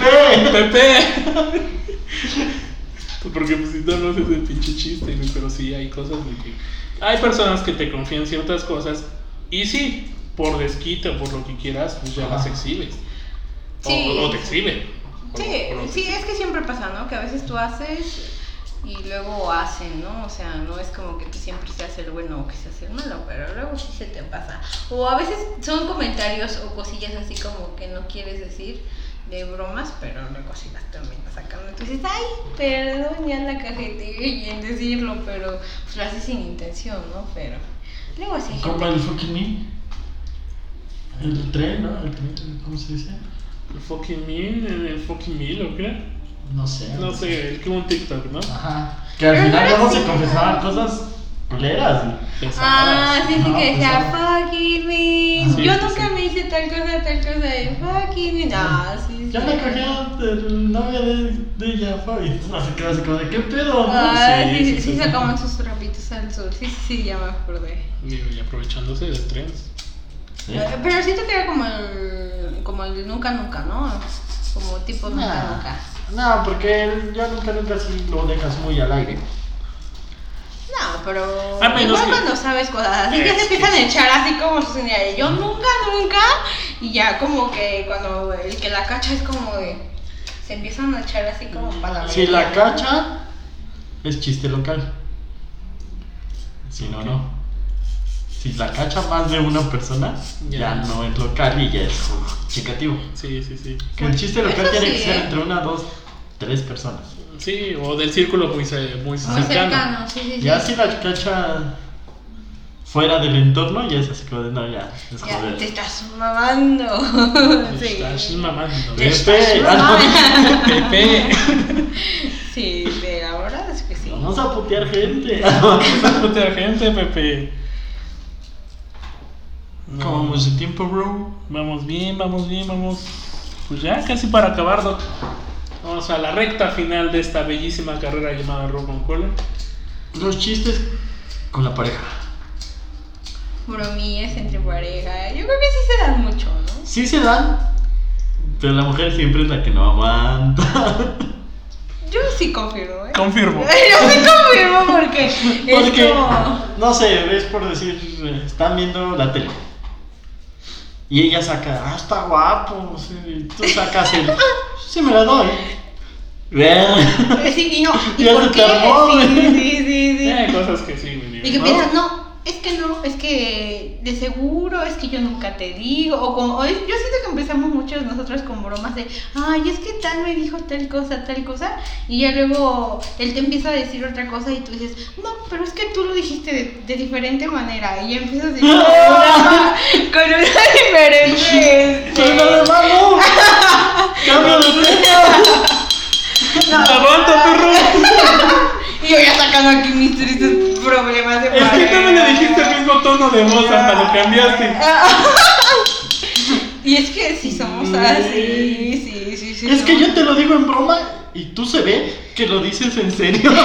B: ¡Pepe!
A: Pepe. Porque pues si no, no es ese pinche chiste, güey, pero sí hay cosas de que... Hay personas que te confían ciertas cosas y sí, por desquite o por lo que quieras, pues ya
B: Ajá.
A: las exhibes. O-
C: Sí.
A: O, te exhiben. O-
C: Sí,
A: o lo que
C: sí, es que siempre pasa, ¿no? Que a veces tú haces y luego hacen, ¿no? O sea, no es como que tú siempre se hace el bueno o que se hace el malo, pero luego sí se te pasa. O a veces son comentarios o cosillas así como que no quieres decir de bromas, pero luego sí las terminas sacando. Entonces, ay, perdón, ya la cajeteé y en decirlo, pero pues lo haces sin intención, ¿no? Pero luego sí. hay
B: Como
C: gente-
B: el fucking me. El tren, ¿no? El tren, ¿cómo se dice?
A: El fucking mil, el fucking mil, ¿o qué?
B: No sé.
A: No sé, el que hubo un TikTok, ¿no?
B: Ah. Ajá. Que al final luego se confesaban cosas culeras. güey.
C: Ah, sí, sí,
B: Ajá,
C: que decía,
B: pesadas.
C: fuck it, me.
B: Ajá.
A: pues,
C: Yo
A: Ah, Sí, sí,
C: nunca
A: sí.
C: me hice tal cosa, tal cosa de fuck it, me. No, sí, sí.
B: Ya me cogí el novio de, de ella, Fabi. *laughs* No sé qué, así como de, ¿qué pedo?
C: Ah, sí, sí, sí,
B: sí.
C: sacaban sus trapitos al sol. Sí, sí, sí, ya me acordé.
A: Digo, y aprovechándose del tren.
B: Sí.
C: Pero siento que era como el, como el nunca, nunca, ¿no? Como tipo nunca,
B: Nah.
C: nunca.
B: No, porque él- ya nunca, nunca sí lo dejas muy al aire.
C: No, pero.
A: A menos
C: igual
A: que-
C: cuando sabes cosas así, ya
A: Es
C: se
A: que
C: empiezan a
A: sí.
C: echar así como sus unidades. Yo nunca, nunca. Y ya como que cuando el que la cacha es como de. Se empiezan a echar así como palabras.
B: Si la cacha, es chiste local. Si no, no. Si la cacha más de una persona, ya,
A: Ya.
B: no es local y ya es chingativo.
A: Sí, sí, sí.
B: Que el chiste local
C: Eso
B: tiene
C: sí,
B: que ser
C: ¿eh?
B: entre una, dos, tres personas.
A: Sí, o del círculo muy, ce- muy
C: Muy
A: cercano.
C: cercano, sí, sí. sí.
B: Ya si la cacha fuera del entorno, ya es así como de, no, ya, es
C: Ya,
B: joder.
C: te estás mamando. *laughs* sí.
A: Pues, Estás mamando.
C: Te
A: ¿ves?
B: Es-
C: estás
B: Pepe.
C: mamando.
A: Pepe.
C: Sí, de la verdad es que sí.
B: Vamos a putear
C: *laughs*
B: gente.
A: Esa puta gente, Pepe. No.
B: Como mucho tiempo, bro.
A: Vamos bien, vamos bien, vamos. Pues ya casi para acabarlo. Vamos a la recta final de esta bellísima carrera llamada Rock and Cola.
B: Los chistes con la pareja.
C: Bromillas entre pareja. eh. Yo creo que sí se dan mucho, ¿no?
B: Sí se dan, pero la mujer siempre es la que no
C: *laughs*
B: aguanta.
C: Yo sí confirmo, ¿eh?
A: Confirmo.
C: *laughs* Yo sí confirmo porque es
B: Porque,
C: como-
B: no sé, es por decir, eh, están viendo la tele. Y ella saca, ah, está guapo. sí, y tú sacas el, sí me la
C: *laughs*
B: doy. Ve.
C: Sí, y no. ¿Y
B: Ya
C: por
B: se
C: qué?
B: te armó,
C: Sí,
B: güey.
C: sí, sí,
A: Sí,
C: sí.
A: Hay Eh, cosas que sí, güey.
C: Y que
A: ¿no?
C: piensas, no, es que no, es que de seguro, es que yo nunca te digo. O, como, o es- yo siento que empezamos muchos nosotros con bromas de, ay, es que tal me dijo tal cosa, tal cosa. Y ya luego él te empieza a decir otra cosa y tú dices, no, pero es que tú lo dijiste de, de diferente manera. Y ya empiezas
B: *laughs*
C: a
A: *laughs*
C: decir, con una, con una diferente. este,
B: Soy nada malo. Cambio de tema.
C: pues
A: ¡Aguanta, perro!
C: Y yo ya sacando aquí mis tristes problemas de
A: Es que
C: pareja.
A: también le dijiste el mismo tono de voz hasta lo cambiaste.
C: Ah, Y es que si somos así, sí, sí, sí.
B: Es que
C: somos-
B: yo te lo digo en broma y tú se ve que lo dices en serio.
C: *laughs*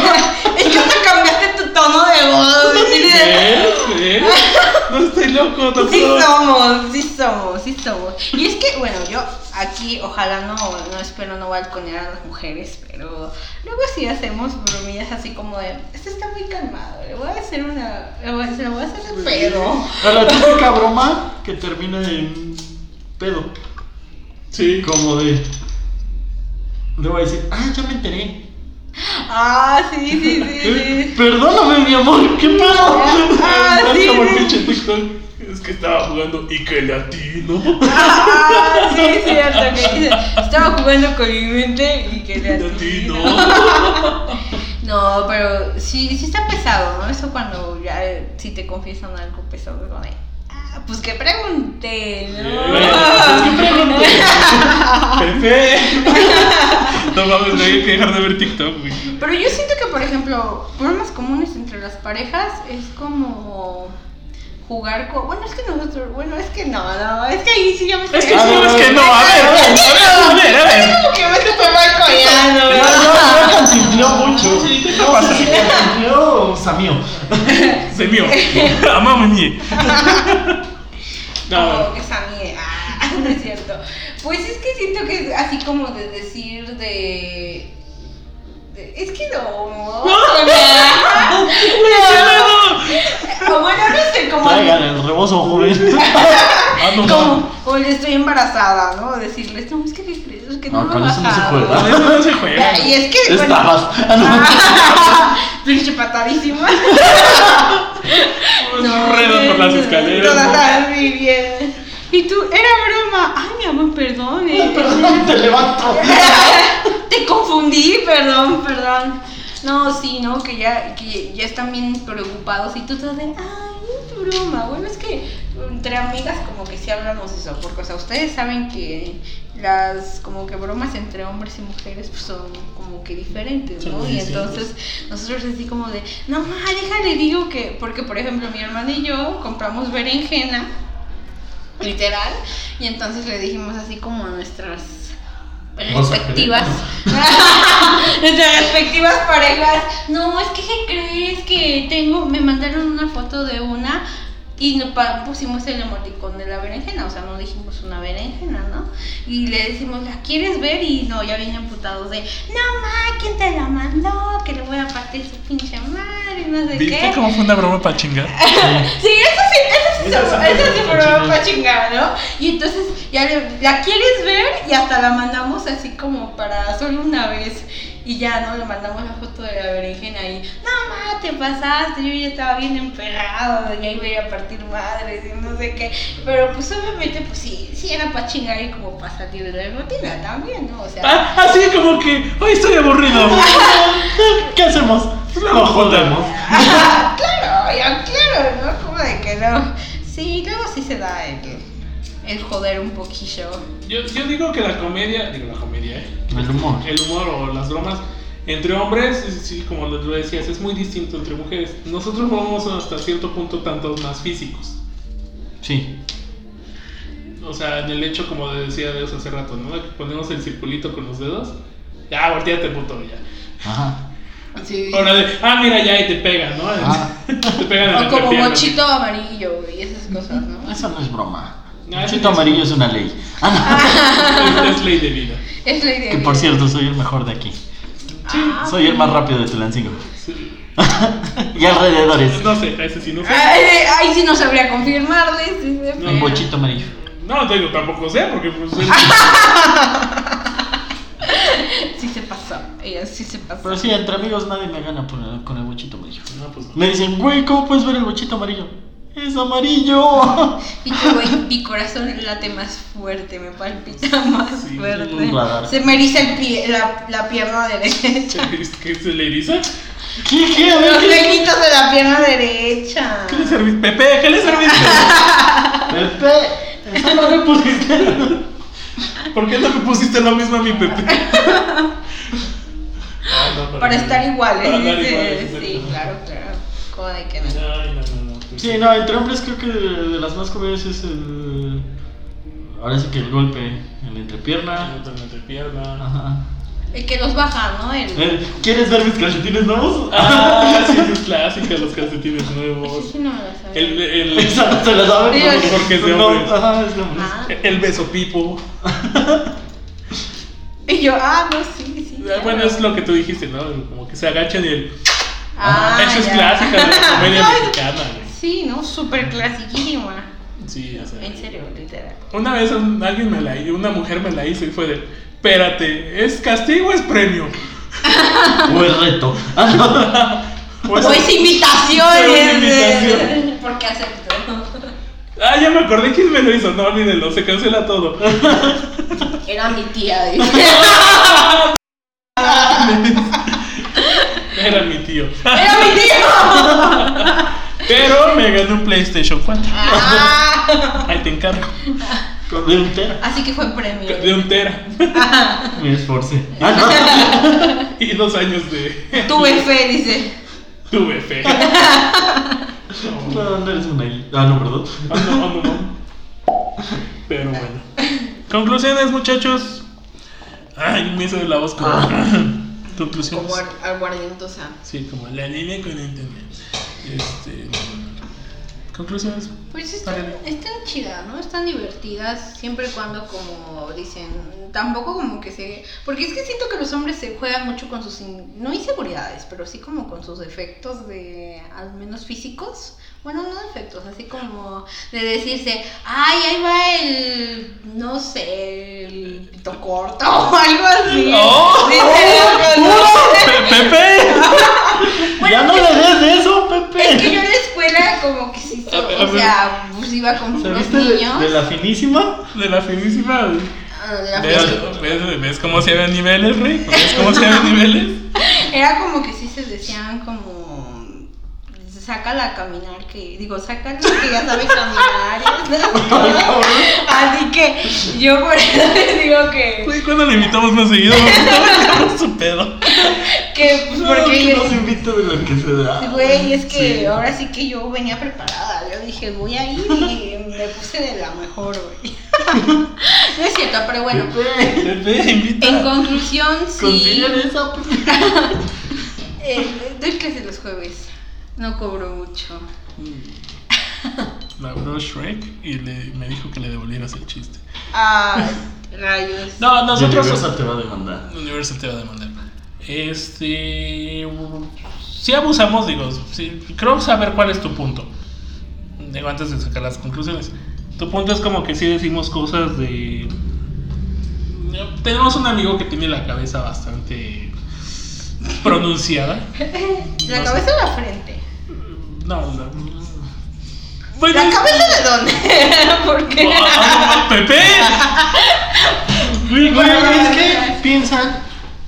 C: Es que hasta cambiaste tu tono de voz. Sí,
A: ¿Ves? ¿Ves? No estoy loco, no
C: sí
A: puedo.
C: somos, sí somos, sí somos. Y es que, bueno, yo aquí ojalá no, no espero no balconear a las mujeres, pero luego sí hacemos bromillas así como de, este está muy calmado, le voy a hacer una, le voy a, se lo voy a hacer de pedo.
B: A la típica broma que termina en pedo.
A: Sí.
B: Como de. Le voy a decir, ah, ya me enteré.
C: Ah, sí, sí, sí. sí.
B: Eh, Perdóname, mi amor, ¿qué pedo?
A: *laughs*
C: Ah,
A: Es
C: sí,
A: como el
C: sí.
A: pinche TikTok. Es que estaba jugando y que latino.
C: Ah, sí, es cierto que dice, estaba jugando con mi mente y
A: *laughs*
C: que le
A: Latino.
C: atino. No, pero sí, sí está pesado, ¿no? Eso cuando ya eh, si te confiesan algo pesado, es como de, ah, pues que pregunté,
A: Bueno, pues, ¿qué
C: ¿no?
A: pregunté? Pepe. *laughs* No mames, no hay que dejar de ver TikTok, güey.
C: *laughs* Pero yo siento que, por ejemplo, problemas comunes entre las parejas es como jugar con... Bueno, es que nosotros... Bueno, es que no, no, es que ahí sí ya me
A: Es que
C: estoy-
A: sí, es que Ah, no. A ver, a ver, a ver, a ver. A ver.
C: Como que ya me estoy balconeando,
B: No,
C: ¿verdad?
B: no, no cantinfló mucho.
A: Sí, ¿qué te
B: No
A: pasa?
B: sé si cantinfló o samió.
A: Se *laughs* mío. Amame mí.
C: No,
A: No,
C: que Sammy, ah, *laughs* no es cierto. Pues es que siento que es así como de decir de. de- es que
A: *laughs*
C: no. o sea, O bueno, no sé, como.
B: Traigan el rebozo, joven.
A: Ah, no mames.
C: como o le estoy embarazada, ¿no? Decirles, no, es que te crees, es que no,
B: No,
C: lo
B: con
C: he
B: eso no se
A: Con
C: bajado".
B: juega.
A: eso no se juega.
C: Y es que. bueno,
B: Estabas. Ah,
C: *laughs* Ah,
A: *laughs*
C: Pinche patadísima.
A: Redo por las escaleras.
C: Todas muy bien. Y tú, era broma. Ay, mi amor, perdón.
A: *laughs*
C: eh.
B: Perdón, te levanto.
C: Te confundí, perdón, perdón. No, sí, no, que ya, que ya están bien preocupados y tú estás de, ay, es broma. Bueno, es que entre amigas como que sí hablamos eso, porque, o sea, ustedes saben que las como que bromas entre hombres y mujeres pues, son como que diferentes,
A: Son
C: ¿no?
A: muy
C: Y
A: distintas.
C: entonces nosotros así como de, no, ma, déjale, digo que, porque por ejemplo mi hermana y yo compramos berenjena, literal, y entonces le dijimos así como a nuestras
B: Vamos a
C: respectivas, *laughs* nuestras respectivas parejas, no, es que ¿qué crees que tengo, me mandaron una foto de una y no pa- pusimos el emoticón de la berenjena, o sea, no dijimos una berenjena, ¿no? Y le decimos, ¿la quieres ver? Y no, ya vienen emputados de, no, ma, ¿quién te la mandó? Que le voy a partir su pinche madre, no sé
A: ¿Viste
C: qué.
A: cómo fue una broma para chingar?
C: Sí, eso sí, eso sí,
B: Esa
C: eso,
B: sí
C: eso sí
B: fue
C: fue
B: chingar.
C: para chingar, ¿no? Y entonces ya le- la quieres ver y hasta la mandamos así como para solo una vez. Y ya, ¿no? Le mandamos la foto de la berenjena y, no, ma, te pasaste, yo ya estaba bien emperrado, ya iba a ir a partir madres y no sé qué. Pero pues obviamente, pues sí, sí era para chingar y como para salir de la rutina también, ¿no? O sea...
A: Ah, así como que hoy estoy aburrido. *laughs*
B: ¿Qué hacemos? No jodemos.
C: Ajá, *laughs* claro, ya, claro, ¿no? Como de que no. Sí, luego sí se da el, el joder un poquillo.
A: Yo, yo digo que la comedia, digo la comedia, ¿eh?
B: El humor.
A: el humor o las bromas entre hombres, sí, como lo decías, es muy distinto entre mujeres. Nosotros vamos hasta cierto punto tantos más físicos.
B: Sí.
A: o sea, en el hecho, como decía Dios hace rato, ¿no? Que ponemos el circulito con los dedos. Ya, volteate, puto, ya.
B: Ajá.
C: Sí.
A: Ahora de, ah, mira, ya, y te pegan, ¿no?
B: Ah.
A: *laughs* te pegan en
C: O
A: la
C: como
A: pierna.
C: mochito amarillo güey, y esas cosas, ¿no?
B: Eso no es broma.
A: No,
B: el
A: eso
B: chito
A: no es
B: amarillo
A: broma.
B: es una ley. Ah,
A: Esta es ley de vida.
C: Es la idea.
B: que por cierto, soy el mejor de aquí.
C: Ah.
B: Soy el más rápido de Tulancingo.
A: Sí.
B: *laughs* y alrededores.
A: No sé, ese sí no sé.
C: Ay, eh, ahí sí no sabría confirmarles. sí, sí,
A: No,
B: Un
C: pero-
B: bochito amarillo.
A: No, te digo, tampoco sé, porque pues, es-
C: Ah. Sí se pasó. Ella sí se pasó.
B: Pero sí, entre amigos nadie me gana por el- con el bochito amarillo.
A: No, pues *laughs* no.
B: Me dicen, güey, ¿cómo puedes ver el bochito amarillo? Es amarillo. *laughs*
C: Y yo, güey, mi corazón late más fuerte, me palpita *laughs* más
A: Sí,
C: fuerte.
B: un radar.
C: Se me eriza el pie, la, la pierna *laughs* derecha.
A: ¿Es que se le eriza?
B: ¿Qué, qué, a ver,
C: Los
B: qué?
C: vellitos de la pierna derecha.
A: ¿Qué le serviste? Pepe, ¿qué le serviste?
B: Pepe, eso no me pusiste.
A: ¿Por qué no me pusiste lo mismo a mi Pepe? Ah, no,
C: Para estar iguales.
A: Para andar
C: dice,
A: iguales,
C: sí,
A: exacto.
C: claro, claro. Como de que no.
A: Ay, no, no, no. pues
B: Sí, no, entre hombres creo que de, de las más comunes es el. Ahora sí que el golpe en la entrepierna.
A: Otro en la entrepierna.
B: Ajá.
C: El que los baja, ¿no? El...
B: Eh, ¿Quieres ver mis calcetines nuevos?
A: Ah, sí, es clásica, los calcetines
C: Ese
A: nuevos.
C: sí no me lo sabía.
A: El, el,
B: *laughs* Esa se la saben
C: Dios.
A: Porque es de
B: No,
A: hombres.
B: Ajá, es de hombres.
C: Ah.
A: el beso pipo.
C: Y yo, ah, no, sí, sí. claro.
A: Bueno, es lo que tú dijiste, ¿no? Como que se agachan y el.
C: Ah,
A: Eso es
C: ya.
A: clásica de
C: *laughs*
A: la comedia mexicana, güey.
C: Sí, ¿no? Súper clasiquísima.
A: Sí, o sea.
C: En serio, literal.
A: Una vez un- alguien me la una mujer me la hizo y fue de, espérate, ¿es castigo o es premio?
B: O el reto. Ah, no.
A: Pues-
C: Pues
A: Fue
C: invitaciones.
A: una invitación.
C: *laughs* Porque aceptó.
A: ah, ya me acordé quién me lo hizo. No, olvídenlo, se cancela todo. *laughs*
C: Era mi tía, dice.
A: Era mi tío.
C: *laughs* ¡Era mi *laughs* tío!
A: Pero me gané un PlayStation 4.
C: Ah,
A: Ahí te encargo.
B: Con de un tera.
C: así que fue premio.
A: De un tera. *laughs*
C: Ajá.
B: Me esforcé. Ah,
A: Y dos años de. *laughs*
C: Tuve fe, dice.
A: Tuve fe. *laughs*
B: no. No, no eres una isla. Ah, no, perdón.
A: Ah, no, no, no. Pero bueno. Conclusiones, muchachos. Ay, me hizo la voz como. *laughs* Conclusiones.
C: Como ar- aguardientosa.
A: Sí, como la niña con internet. Este. Conclusiones.
C: Pues están, están chidas, ¿no? Están divertidas, siempre y cuando, como dicen, tampoco como que se... Porque es que siento que los hombres se juegan mucho con sus, in- no inseguridades, pero sí como con sus defectos de, al menos físicos. Bueno, no defectos, así como de decirse, ay, ahí va el, no sé, el pito corto o algo así.
A: ¡Oh!
C: Dicen, "No".
A: Pe- Pepe.
B: ya no le des de eso, Pepe.
C: Es que yo en la escuela como que sí,
A: A ver, a
C: o
A: ver.
C: sea, pues iba con
B: ¿Se
C: los
B: viste de,
C: niños.
B: de la finísima?
A: De la finísima. güey.
C: Ah, de la fiesta.
A: ¿Ves, ves, ves cómo se ven niveles, Rey? ¿Ves cómo se ven niveles?
C: Era como que sí se decían como sácala a caminar que digo sácala que ya sabe caminar Ah. así que yo por eso *laughs* les digo que
A: Güey, ¿cuándo lo invitamos más seguido? Estamos su pedo.
C: que pues
B: No,
C: porque
B: que
C: yo-
B: nos invita de lo que se da.
C: güey es que
A: Sí.
C: ahora sí que yo venía preparada yo dije voy a ir y me puse de la mejor güey *laughs* no es cierto pero bueno
B: Pepe,
A: Pepe,
C: en
A: invita.
C: conclusión sí
B: consigue esa, Pepe.
C: eh, doy clases los jueves no cobro mucho
A: La habló Shrek y le, me dijo que le devolvieras el chiste.
C: Ah, rayos.
A: No,
B: Nosotros
A: nosotros.
B: te va a demandar.
A: El universo te va a demandar. Este. Si abusamos, digo, sí, creo saber cuál es tu punto. Digo, antes de sacar las conclusiones. Tu punto es como que si decimos cosas de. Tenemos un amigo que tiene la cabeza bastante pronunciada.
C: ¿La cabeza o la frente?
A: No, no. Bueno,
C: ¿La
A: es-
C: cabeza de dónde? *laughs* Porque.
A: *laughs* Ah, *laughs* Pepe.
B: Güey, es que piensan,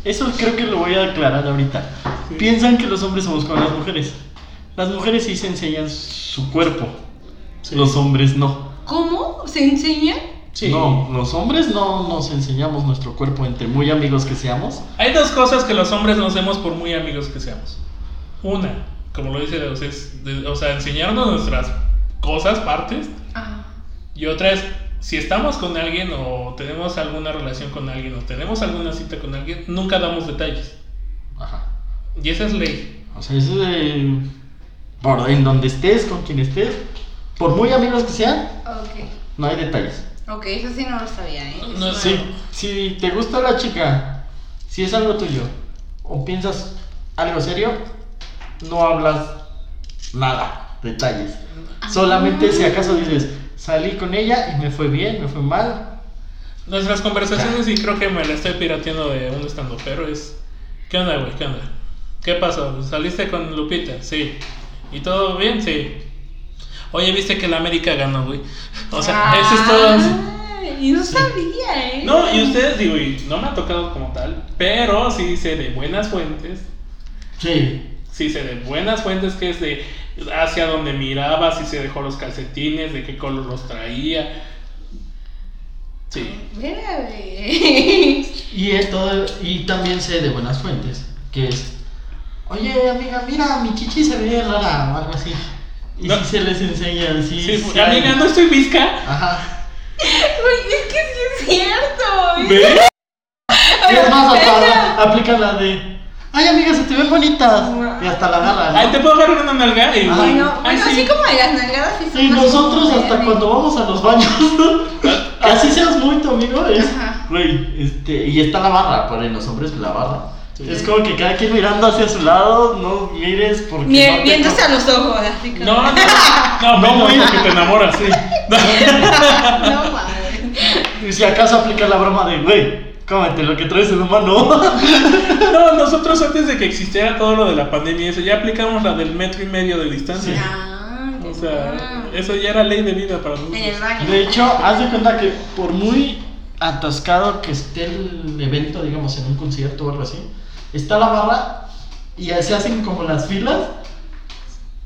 B: eso creo que lo voy a aclarar ahorita. Piensan que los hombres somos como las mujeres. Las mujeres sí se enseñan su cuerpo, los hombres no.
C: ¿Cómo? ¿Se enseña?
A: Sí.
B: No, los hombres no nos enseñamos nuestro cuerpo entre muy amigos que seamos.
A: Hay dos cosas que los hombres nos hacemos por muy amigos que seamos. Una, como lo dice Dios, es de- o sea, enseñarnos nuestras cosas, partes.
C: Ah.
A: Y otra es si estamos con alguien o tenemos alguna relación con alguien o tenemos alguna cita con alguien, nunca damos detalles.
B: Ajá.
A: Y esa es ley.
B: O sea, ese es el. Por en donde estés, con quien estés, por muy amigos que sean,
C: Ok.
B: no hay detalles.
C: Ok, eso sí no lo sabía, ¿eh?
A: No,
C: Eso
B: Si, si te gusta la chica, si es algo tuyo, o piensas algo serio, no hablas nada, detalles. Solamente si acaso dices, salí con ella y me fue bien, me fue mal.
A: Nuestras conversaciones, y creo que me la estoy pirateando de un estando, pero es. ¿Qué onda, güey? ¿Qué onda? ¿Qué pasó? ¿Saliste con Lupita? Sí. ¿Y todo bien? Sí. Oye, viste que la América ganó, güey. *laughs* O sea, eso es todo.
C: Ah, Y no sabía, ¿eh?
A: No, y ustedes, digo, y no me ha tocado como tal, pero sí sé de buenas fuentes,
B: Sí.
A: sí sé de buenas fuentes que es de hacia donde miraba, si se dejó los calcetines, de qué color los traía.
C: Ah.
A: Sí.
C: Mira, güey.
B: Y, es todo, y también sé de buenas fuentes, que es, oye amiga, mira, mi chichi se ve rara o algo así. Y
A: No.
B: si se les enseña, sí.
A: Sí,
B: sí hay-
A: amiga, no estoy visca.
B: Ajá.
C: *laughs* Güey, es que sí es cierto. ¿eh?
A: ¿Ve?
B: Y es más, hasta aplica la de, ay amiga, se te ven bonitas. Y hasta la agarra. ¿no?
A: Ay, te puedo agarrar una nalga y
B: Ay,
C: Bueno,
A: ay,
C: bueno, así
A: sí.
C: como de las nalgadas sí son
B: Y
C: más
B: nosotros
C: como
B: hasta
C: de-
B: cuando vamos a los baños, *laughs* así seas muy tu amigo, es,
C: Ajá.
B: güey, este, y está la barra, para los hombres la barra.
A: Sí.
B: Es como que cada quien mirando hacia su lado, no mires porque
C: Mie-
B: no te
C: Miéndose a
B: con-
C: los ojos, así *laughs* como.
A: No, no, no,
B: No,
A: no,
B: güey.
A: porque te enamoras, sí.
C: no
A: *laughs*
C: mames.
B: Y si acaso aplica la broma de, güey, cómete lo que traes en la mano. *laughs*
A: No, nosotros antes de que existiera todo lo de la pandemia, y eso ya aplicamos la del metro y medio de distancia.
B: Sí.
C: Ah,
A: O
C: qué
A: sea,
C: mal.
A: eso ya era ley de vida para nosotros.
C: En el baño.
B: De hecho, haz de cuenta que por muy atascado que esté el evento, digamos, en un concierto o algo así, está la barra y se hacen como las filas,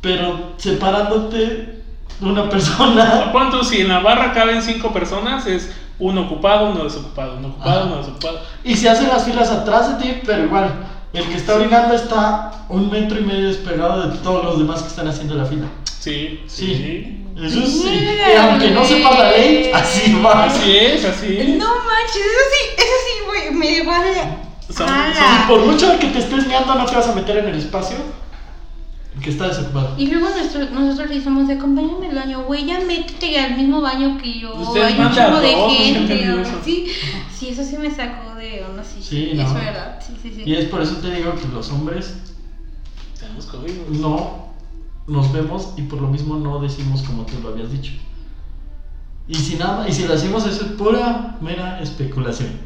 B: pero separándote de una *laughs* persona.
A: ¿Cuánto? Si en la barra caben cinco personas, es uno ocupado, uno desocupado, uno ocupado,
B: Ajá.
A: uno desocupado.
B: Y se hacen las filas atrás de ti, pero igual, el que está orinando está un metro y medio despegado de todos los demás que están haciendo la fila.
A: Sí, sí.
B: Sí. Eso sí.
C: Mira,
B: Y aunque no sepa la ley,
C: güey.
B: así va.
A: Así es, así es.
C: No manches, eso sí, eso sí, güey, me llegó a la.
A: Son-
C: a
B: Y
C: la-
B: por mucho que te estés meando, no te vas a meter en el espacio que está desocupado.
C: Y luego nuestro- nosotros le hicimos de acompáñame al baño, güey, ya métete al mismo baño que yo.
B: Pues
A: Ustedes
C: Hay un
A: mandan
C: chingo de
A: dos,
C: gente.
A: gente,
C: ¿no?
A: eso.
C: Sí, sí, eso sí me sacó de onda, sí.
B: Sí,
C: Es
B: ¿no?
C: verdad, sí, sí, sí.
B: Y es por eso te digo que los hombres
A: Tenemos COVID.
B: no nos vemos y por lo mismo no decimos como tú lo habías dicho. Y si nada, y si lo hacemos eso es pura mera especulación.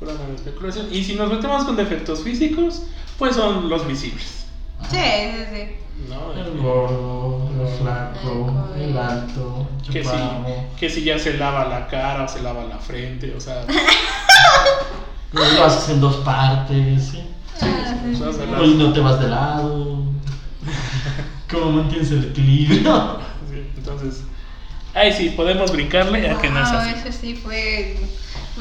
A: Pura mala especulación. Y si nos metemos con defectos físicos, pues son los visibles.
C: Sí, sí, sí.
A: ¿no?
B: El gordo, el flaco, el alto,
A: Que si,
B: chupado,
A: que si ya se lava la cara o se lava la frente, o sea,
B: lo haces en dos partes, ¿sí?
C: Ah, sí, sí,
A: o sea,
C: sí.
A: la-
B: Hoy no te vas de *laughs* lado. ¿Cómo mantienes el equilibrio?
A: sí, entonces, ay sí, podemos brincarle a que no es
C: Wow,
A: así.
C: Ah, eso sí fue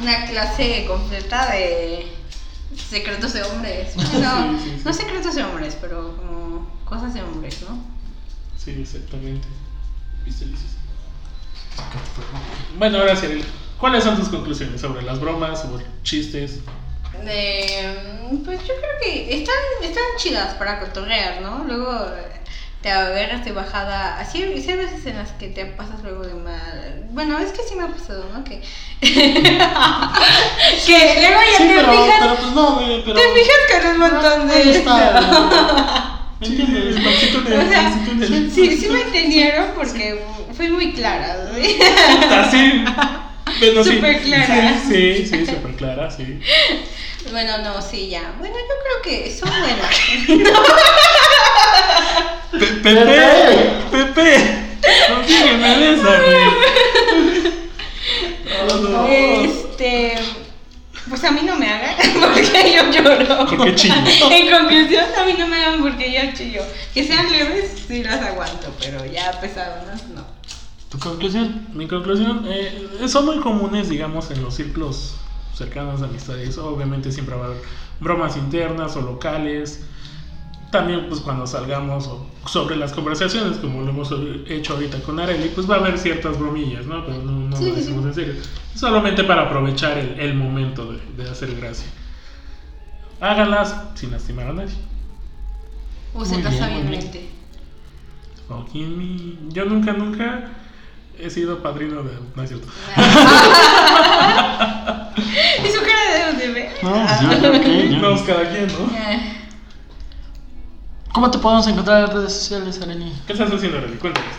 C: una clase completa de secretos
B: *laughs*
C: de hombres. Bueno,
A: Sí, sí, sí.
C: no secretos de hombres, pero como cosas de hombres, ¿no?
A: Sí, exactamente. Viste, Ulises. Bueno, ahora sí, Ariel, ¿cuáles son tus conclusiones sobre las bromas, sobre chistes?
C: De, pues yo creo que están, están chidas para cotorrear, ¿no? Luego eh, te agarras de bajada. Así sí hay veces en las que te pasas luego de mal. Bueno, es que sí me ha pasado, ¿no? Que, *laughs* que luego ya
B: Sí,
C: te
B: pero,
C: fijas.
B: pero pues no, güey, pero.
C: Te fijas con un montón
B: Ahí
C: de.
B: está, ¿Me
A: ¿Entiendes?
B: entiendes?
A: Maxito
B: *laughs*
C: *laughs* O
A: en el-
C: sea,
A: Maxito en el-
C: sí, sí me entendieron porque fui muy clara. ¿sí?
A: Así. Bueno, sí.
C: Súper clara.
A: Sí, sí, sí, súper clara, sí.
C: *laughs* Bueno, no, sí, ya. Bueno, yo creo que son buenas.
B: Pepe.
A: Pepe. No sígueme de esa, güey. No, no.
C: Este. Pues a mí no me hagan *laughs* porque yo lloro.
A: Porque chillo.
C: En conclusión, a mí no me hagan porque yo chillo. Que sean leves, sí las aguanto, pero ya pesadas, no.
B: ¿Tu conclusión?
A: Mi conclusión, eh, son muy comunes, digamos, en los círculos cercanos de amistades. Obviamente siempre va a haber bromas internas o locales. También, pues cuando salgamos o sobre las conversaciones, como lo hemos hecho ahorita con Areli, pues va a haber ciertas bromillas, ¿no? Pero no, no lo
C: Sí, sí,
A: decimos
C: sí.
A: en serio. Solamente para aprovechar el, el momento de, de hacer gracia. Háganlas sin lastimar a nadie.
C: Úsenla
B: Muy bien, muy bien.
C: sabiamente.
A: Fucking me. Yo nunca, nunca he sido padrino de. No es cierto.
C: *laughs* ¿Y su cara de dónde ve?
B: No, pues yo creo que yo-
A: No, cada quien, ¿no?
C: Ah.
B: ¿Cómo te podemos encontrar en redes sociales, Areni?
A: ¿Qué estás haciendo, Areli? Cuéntanos.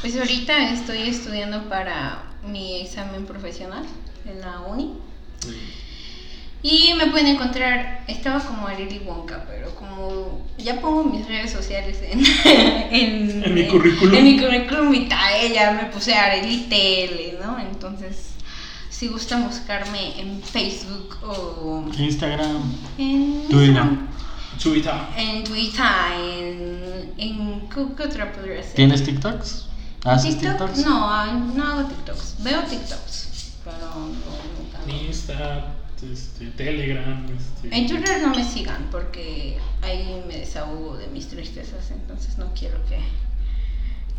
C: Pues ahorita estoy estudiando para mi examen profesional en la uni. Y me pueden encontrar, estaba como Areli Wonka, pero como ya pongo mis redes sociales en, *laughs* en,
A: En mi currículum.
C: En mi currículum vitae, ya me puse Areli TL, ¿no? Entonces, si gustan buscarme en Facebook o
B: Instagram.
C: en
B: Twitter.
C: Instagram,
A: Twitter.
C: en Twitter, en, en ¿qué, qué otra podría ser?
B: ¿Tienes TikToks? ¿Haces
C: TikTok?
B: TikToks?
C: No, ah, no hago TikToks. Veo TikToks, pero no, nunca hago.
A: Insta, este, Telegram, este.
C: En Twitter no me sigan porque ahí me desahogo de mis tristezas, entonces no quiero que...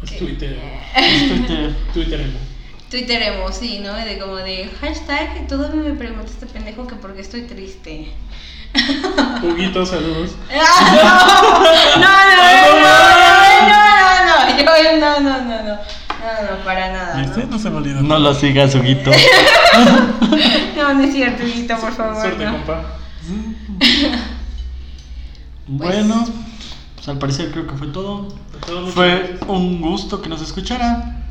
A: Es
C: que-
A: Twitter.
B: Es Twitter.
A: Twitter emo.
C: *laughs* Twitteremos, sí, ¿no? De como de hashtag, todavía me pregunta este pendejo que por qué estoy triste. *laughs*
A: Juguitos, saludos.
C: *laughs* Ah, no, no, no, no, no, no, no, no, yo- no, no, no, no, no, no, para nada.
A: ¿Y
C: ¿no?
A: usted Este no se me olvida?
B: No lo sigas,
C: *laughs*
B: Huguito.
C: Pues No, no es cierto, Guito, por favor.
A: Suerte,
C: no.
A: compa.
B: Bueno, pues al parecer creo que fue todo.
A: De todo, muchas
B: Fue
A: gracias.
B: un gusto que nos escucharan.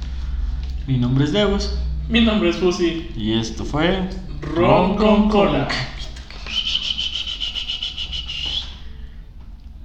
B: Mi nombre es Deus
A: Mi nombre es Fusi.
B: y esto fue
A: Ron con cola.